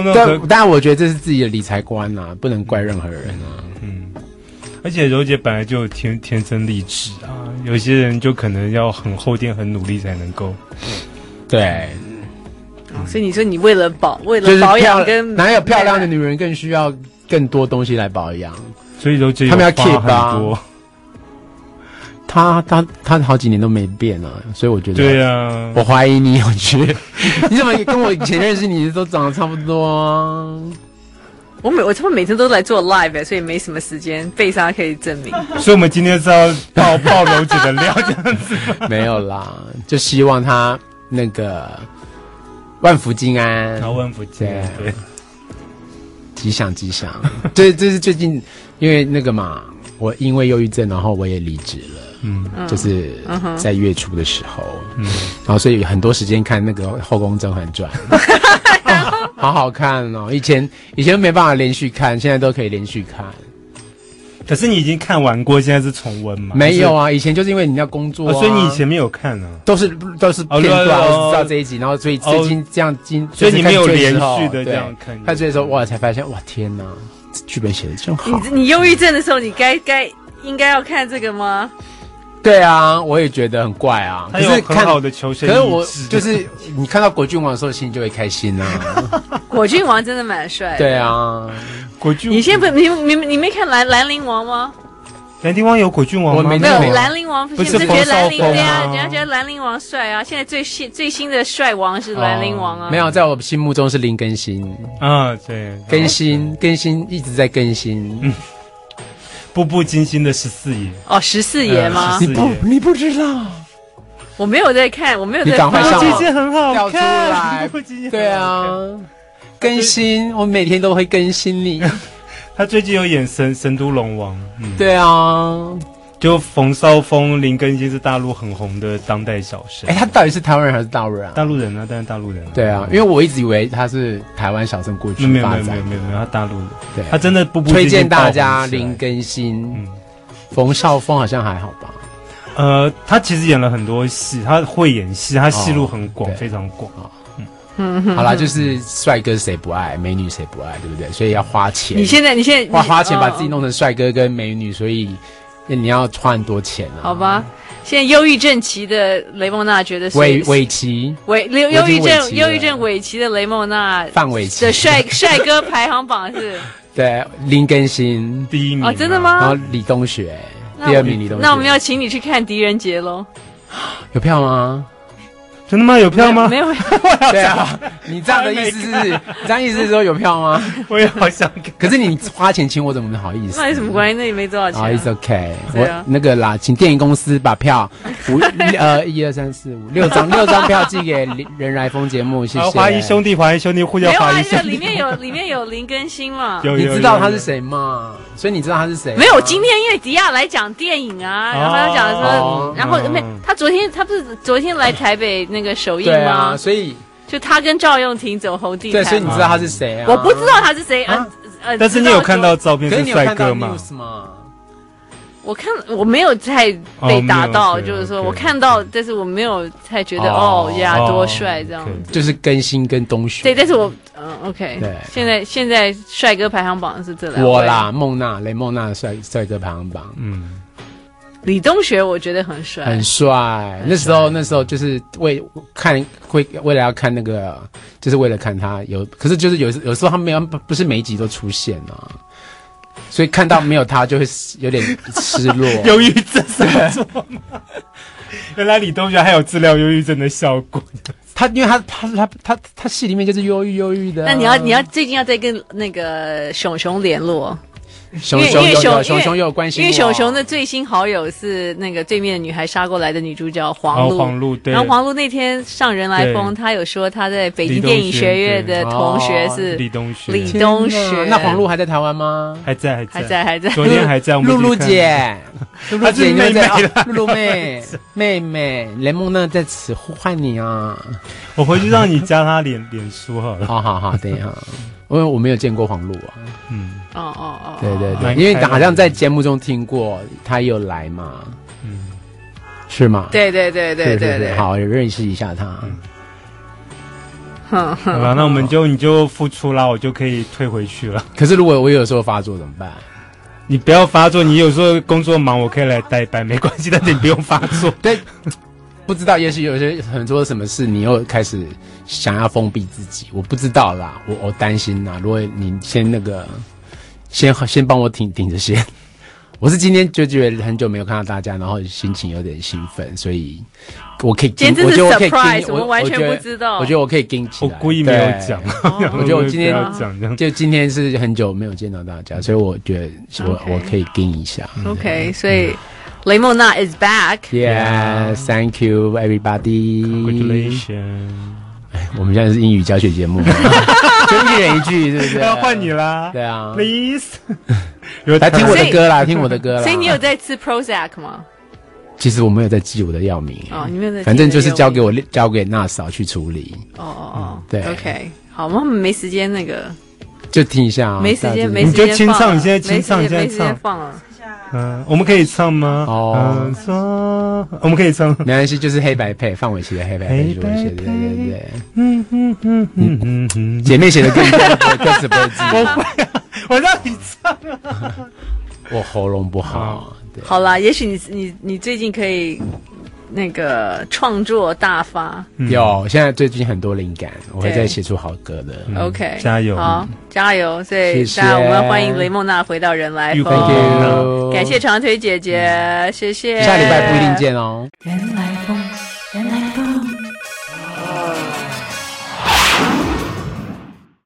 Speaker 4: No，
Speaker 3: 但
Speaker 4: 哥
Speaker 3: 但我觉得这是自己的理财观啊，不能怪任何人啊。
Speaker 4: 而且柔姐本来就有天天生丽质啊，有些人就可能要很后天、很努力才能够。
Speaker 3: 对，
Speaker 1: 所以你说你为了保，为
Speaker 3: 就是
Speaker 1: 了保
Speaker 3: 漂
Speaker 1: 养跟
Speaker 3: 哪有漂亮的女人更需要更多东西来保养？
Speaker 4: 所以柔姐有
Speaker 3: 他们要
Speaker 4: 花
Speaker 3: keep 啊
Speaker 4: 很多，
Speaker 3: 她她她好几年都没变啊，所以我觉得
Speaker 4: 对啊
Speaker 3: 我，怀疑你有去， 你怎么跟我以前认识你都长得差不多啊？
Speaker 1: 我每我他们每天都来做 live，欸所以没什么时间。贝莎可以证明，
Speaker 4: 所以我们今天是要 爆爆柔姐的料，这样子。
Speaker 3: 没有啦，就希望他那个万福金安，
Speaker 4: 然后问福姐，对，
Speaker 3: 吉祥吉祥。这这是最近因为那个嘛，我因为忧郁症，然后我也离职了。嗯，就是在月初的时候，嗯，然后所以很多时间看那个《后宫甄嬛 传》哦好好看哦。以前以前没办法连续看，现在都可以连续看。
Speaker 4: 啊可是你已经看完过，现在是重温嘛？
Speaker 3: 没有啊，以前就是因为你要工作、
Speaker 4: 哦，
Speaker 3: 啊
Speaker 4: 所以你以前没有看啊，
Speaker 3: 都是都是片段，
Speaker 4: 哦对啊对啊
Speaker 3: 我只知道这一集，然后所以最近这样今，
Speaker 4: 所以你没有
Speaker 3: 就是看追之后
Speaker 4: 连续地
Speaker 3: 对
Speaker 4: 这样看
Speaker 3: 看追的时候，哇，才发现哇，天哪，这剧本写的真好。
Speaker 1: 你你忧郁症的时候，你该该应该要看这个吗？
Speaker 3: 对啊，我也觉得很怪啊，
Speaker 4: 他
Speaker 3: 可
Speaker 4: 有
Speaker 3: 是
Speaker 4: 很
Speaker 3: 看。
Speaker 4: 好的求生
Speaker 3: 可是我
Speaker 4: 意志，
Speaker 3: 就是你看到国君王的时候，心里就会开心啊。
Speaker 1: 果郡王真的蛮帅。
Speaker 3: 对，啊，
Speaker 4: 果郡，
Speaker 1: 你先不你你你没看兰兰陵王吗？
Speaker 4: 南丁汪有果郡王吗？
Speaker 3: 我没
Speaker 1: 没
Speaker 3: 那
Speaker 1: 有
Speaker 3: 我
Speaker 1: 兰陵王，
Speaker 4: 不是
Speaker 1: 现在觉得兰陵
Speaker 4: 冯绍峰
Speaker 1: 对啊，人
Speaker 4: 吗
Speaker 1: 家觉得兰陵王帅啊。现在最新最新的帅王是兰陵王啊。
Speaker 3: 没有，在我心目中是林更新，
Speaker 4: 啊，对，
Speaker 3: 更
Speaker 4: 嗯
Speaker 3: 新更新一直在更新。
Speaker 4: 步步惊心的十四爷，
Speaker 1: 哦，十四爷吗
Speaker 4: 嗯
Speaker 3: 你？
Speaker 4: 是
Speaker 3: 不
Speaker 4: 耶
Speaker 3: 你不知道，
Speaker 1: 我没有在看，我没有
Speaker 3: 你
Speaker 1: 在
Speaker 3: 赶快上啊
Speaker 1: 看。
Speaker 3: 网
Speaker 4: 哦很
Speaker 3: 跳出来
Speaker 4: 步步惊心很好看
Speaker 3: 对啊，更新，我每天都会更新你。
Speaker 4: 他最近有演神《神都龙王》，嗯，
Speaker 3: 对啊，
Speaker 4: 就冯绍峰、林根新是大陆很红的当代小生。
Speaker 3: 哎，他到底是台湾人还是大陆人啊？
Speaker 4: 大陆人啊，当然大陆人、啊。
Speaker 3: 对啊，因为我一直以为他是台湾小生过去
Speaker 4: 没有
Speaker 3: 发
Speaker 4: 没有
Speaker 3: 展
Speaker 4: 没有没有没有，他大陆人，
Speaker 3: 对
Speaker 4: 他真的步步
Speaker 3: 推
Speaker 4: 进
Speaker 3: 荐
Speaker 4: 进爆
Speaker 3: 大
Speaker 4: 红
Speaker 3: 家
Speaker 4: 起来
Speaker 3: 林更新
Speaker 4: 嗯、
Speaker 3: 冯绍峰好像还好 吧？
Speaker 4: 呃，他其实演了很多戏，他会演戏，他戏路很广，
Speaker 3: 哦对
Speaker 4: 非常广。
Speaker 3: 好啦，就是帅哥谁不爱，美女谁不爱，对不对？所以要花钱。
Speaker 1: 你现在你现在
Speaker 3: 花
Speaker 1: 你
Speaker 3: 花钱把
Speaker 1: 哦
Speaker 3: 自己弄成帅哥跟美女，所以你要花很多钱啊。
Speaker 1: 好吧？现在忧郁症期的雷蒙娜觉得是
Speaker 3: 尾尾期
Speaker 1: 尾忧忧
Speaker 3: 我已
Speaker 1: 郁
Speaker 3: 经尾
Speaker 1: 症
Speaker 3: 期
Speaker 1: 忧
Speaker 3: 了
Speaker 1: 郁症尾期的雷蒙娜
Speaker 3: 范玮琪
Speaker 1: 的帅帅哥排行榜是
Speaker 3: 对林更新，
Speaker 4: 第一名啊
Speaker 1: 哦，真的
Speaker 3: 然后
Speaker 1: 吗？
Speaker 3: 李东雪，
Speaker 1: 那
Speaker 3: 第二名李东雪。
Speaker 1: 那我们要请你去看狄仁杰喽？
Speaker 3: 有票吗？
Speaker 4: 真的吗？有票吗
Speaker 1: 没？有没有，
Speaker 3: 对啊，你这样的意思是，你这样意思是说有票吗？
Speaker 4: 我也好想看。
Speaker 3: 可是你花钱请我怎么好意思？
Speaker 1: 那有什么关系？那也没多少钱
Speaker 3: 啊、i t s
Speaker 1: 啊。
Speaker 3: OK，
Speaker 1: 对啊
Speaker 3: 我那个啦，请电影公司把票 五呃一二三四五六张六张票寄给人来疯节目，谢
Speaker 4: 然
Speaker 3: 谢。
Speaker 4: 后华谊啊兄弟，华谊兄弟呼叫
Speaker 1: 没有
Speaker 4: 华
Speaker 1: 啊，
Speaker 4: 谊
Speaker 1: 这
Speaker 4: 兄
Speaker 1: 里
Speaker 4: 弟。
Speaker 1: 面有里面有林更新嘛？
Speaker 4: 有
Speaker 3: 你
Speaker 4: 有
Speaker 3: 知道
Speaker 4: 有
Speaker 3: 他
Speaker 4: 有
Speaker 3: 是谁吗？所以你知道他是谁吗？
Speaker 1: 没有，今天因为迪亚来讲电影啊，然后他讲说
Speaker 3: 哦，
Speaker 1: 然后没
Speaker 4: 嗯
Speaker 1: 他昨天他不是昨天来台北那个首映
Speaker 3: 对啊，
Speaker 1: 吗？
Speaker 3: 所以
Speaker 1: 就他跟赵又廷走红地
Speaker 3: 对，
Speaker 1: 毯。
Speaker 3: 所以你知道他是谁啊？
Speaker 1: 我不知道他是谁，呃呃，
Speaker 4: 但是
Speaker 1: 知
Speaker 4: 你
Speaker 1: 道
Speaker 4: 有看到照片
Speaker 3: 可是
Speaker 4: 是
Speaker 3: 你有
Speaker 4: 帅
Speaker 3: 看
Speaker 4: 哥
Speaker 3: 到
Speaker 4: 吗？
Speaker 3: news 吗？
Speaker 1: 我看我没有太被打
Speaker 4: 哦
Speaker 1: 到，
Speaker 4: 没有
Speaker 1: 就是说
Speaker 4: OK，
Speaker 1: 我看到，但是我没有太觉得
Speaker 3: 哦
Speaker 1: 哦呀
Speaker 4: 哦
Speaker 1: 多帅这样。
Speaker 4: OK
Speaker 3: 就是更新跟东雪。
Speaker 1: 对，但是我嗯 OK，
Speaker 3: 对
Speaker 1: 现在现在帅哥排行榜是这两位
Speaker 3: 我，啦，孟娜，雷梦娜的帅帅哥排行榜
Speaker 4: 嗯，
Speaker 1: 李东学我觉得很帅，
Speaker 3: 很帅。那时
Speaker 1: 哎
Speaker 3: 候那时候就是为看会为了要看那个，就是为了看他有，可是就是有有时候他没有不是每一集都出现啊，所以看到没有他就会有点失 落。
Speaker 4: 忧郁症是什么？ 原来李东学还有治疗忧郁症的效 果。
Speaker 3: 他因为他他他他他戏里面就是忧郁忧郁的啊。
Speaker 1: 那你要你要最近要再跟那个熊熊联络，
Speaker 3: 熊啊
Speaker 1: 因为
Speaker 3: 熊
Speaker 1: 因为
Speaker 3: 有
Speaker 1: 熊
Speaker 3: 有熊
Speaker 1: 因为
Speaker 3: 熊有关心
Speaker 1: 因
Speaker 3: 我，啊
Speaker 1: 为熊熊的最新好友是那个对面的女孩杀过来的女主角黄
Speaker 4: 哦
Speaker 1: 璐。
Speaker 4: 黄璐对
Speaker 1: 然后黄璐那天上人来疯，
Speaker 4: 对
Speaker 1: 她有说她在北京电影学院的
Speaker 3: 哦
Speaker 1: 同学是
Speaker 4: 李东学
Speaker 1: 李
Speaker 3: 天
Speaker 1: 东
Speaker 3: 哪
Speaker 1: 学。
Speaker 3: 那黄璐还在台湾吗？
Speaker 4: 还在还在
Speaker 1: 还在还在
Speaker 4: 昨天还在。我们
Speaker 3: 露
Speaker 4: 一起
Speaker 3: 露
Speaker 4: 看，
Speaker 3: 姐，露露
Speaker 4: 她是
Speaker 3: 姐，你会
Speaker 4: 妹妹
Speaker 3: 在啊
Speaker 4: 啦
Speaker 3: 露露妹，妹妹，雷蒙娜在此呼唤你啊！
Speaker 4: 我回去让你加他脸脸书 好了。
Speaker 3: 好好好，等一下，因为我没有见过黄璐啊。
Speaker 4: 嗯，
Speaker 1: 哦哦哦，
Speaker 3: 对对对，
Speaker 4: 蛮
Speaker 3: 因为
Speaker 4: 开朗的
Speaker 3: 好像在节目中听过，她有来嘛，
Speaker 4: 嗯
Speaker 3: 是吗？
Speaker 1: 对对对对
Speaker 3: 是
Speaker 1: 对
Speaker 3: 是
Speaker 1: 对，
Speaker 3: 好认识一下她。
Speaker 4: 嗯
Speaker 1: 哼哼
Speaker 4: 好了，那我们就你就付出啦，我就可以退回去了。
Speaker 3: 可是如果我有时候发作怎么办？
Speaker 4: 你不要发作，你有时候工作忙，我可以来代班，没关系，但是你不用发作。
Speaker 3: 对，不知道，也许有些很多什么事，你又开始想要封闭自己，我不知道啦，我我担心啦。如果你先那个，先先帮我挺挺着先。 我是今天就觉得很久没有看到大家，然后心情有点兴奋，所以我可以
Speaker 1: 今天真
Speaker 3: 跟。我
Speaker 1: 是
Speaker 3: 觉得我可以
Speaker 1: surprise，
Speaker 3: 跟
Speaker 1: 我
Speaker 3: 我
Speaker 1: 们完全
Speaker 3: 我觉得
Speaker 1: 不知道
Speaker 3: 我觉得我可以跟起
Speaker 4: 我
Speaker 3: 来。
Speaker 4: 故意没有
Speaker 3: 对哦
Speaker 4: 讲，
Speaker 3: 我觉得我今天
Speaker 4: 不要讲这样。
Speaker 3: 就今天是很久没有见到大
Speaker 4: 嗯
Speaker 3: 家，所以我觉得我
Speaker 1: OK
Speaker 3: 我可以跟一下。嗯
Speaker 1: OK，所以雷梦娜 is back。
Speaker 3: Yeah, thank you, everybody.
Speaker 4: Congratulations，
Speaker 3: 我们现在是英语教学 节目，就一人一句，对不对？
Speaker 4: 要换你啦。
Speaker 3: 对啊
Speaker 4: Please，有
Speaker 3: 来听我
Speaker 1: 所
Speaker 3: 的
Speaker 1: 以
Speaker 3: 歌啦，听我的歌啦。
Speaker 1: 所以你有在吃 Prozac 吗？
Speaker 3: 其实我没有在记我的药名，
Speaker 1: 哦，你没有在吃，
Speaker 3: 嗯反正就是交给我交给娜嫂去处理，
Speaker 1: 哦哦哦，
Speaker 3: 对
Speaker 1: ，OK，好，我们没时间那个，
Speaker 3: 就听一下啊。
Speaker 1: 没时
Speaker 3: 大家
Speaker 1: 间，
Speaker 3: 就
Speaker 1: 没时间
Speaker 4: 你就清
Speaker 1: 放
Speaker 4: 唱
Speaker 1: 了
Speaker 4: 你现在清
Speaker 1: 没时
Speaker 4: 唱
Speaker 1: 间
Speaker 4: 你现在
Speaker 1: 没时间
Speaker 4: 唱
Speaker 1: 放了。
Speaker 4: 嗯，我们可以唱吗？
Speaker 3: 哦
Speaker 4: 嗯唱，我们可以唱。
Speaker 3: 没关系，就是黑白配，范玮琪的黑白配是我写的，对对对对。
Speaker 4: 嗯嗯嗯嗯嗯嗯，
Speaker 3: 姐妹写的歌你不会歌词不会记，
Speaker 4: 我让你唱。
Speaker 3: 我喉咙不
Speaker 1: 哦
Speaker 3: 好。对，
Speaker 1: 好啦，也许你你你最近可以那个创作大发
Speaker 3: 有现在最近很多灵感，我
Speaker 1: 嗯
Speaker 3: 会
Speaker 1: 对嗯
Speaker 3: 再写出好歌的。
Speaker 1: ，OK，
Speaker 4: 嗯加油
Speaker 1: 好，加油！所以
Speaker 3: 谢谢
Speaker 1: 大家我们欢迎雷梦娜回到人来
Speaker 3: Thank
Speaker 1: 风，
Speaker 3: you，
Speaker 1: 感谢长腿姐姐，谢谢，
Speaker 3: 下礼拜不一定见哦。
Speaker 5: 人来疯，人来疯，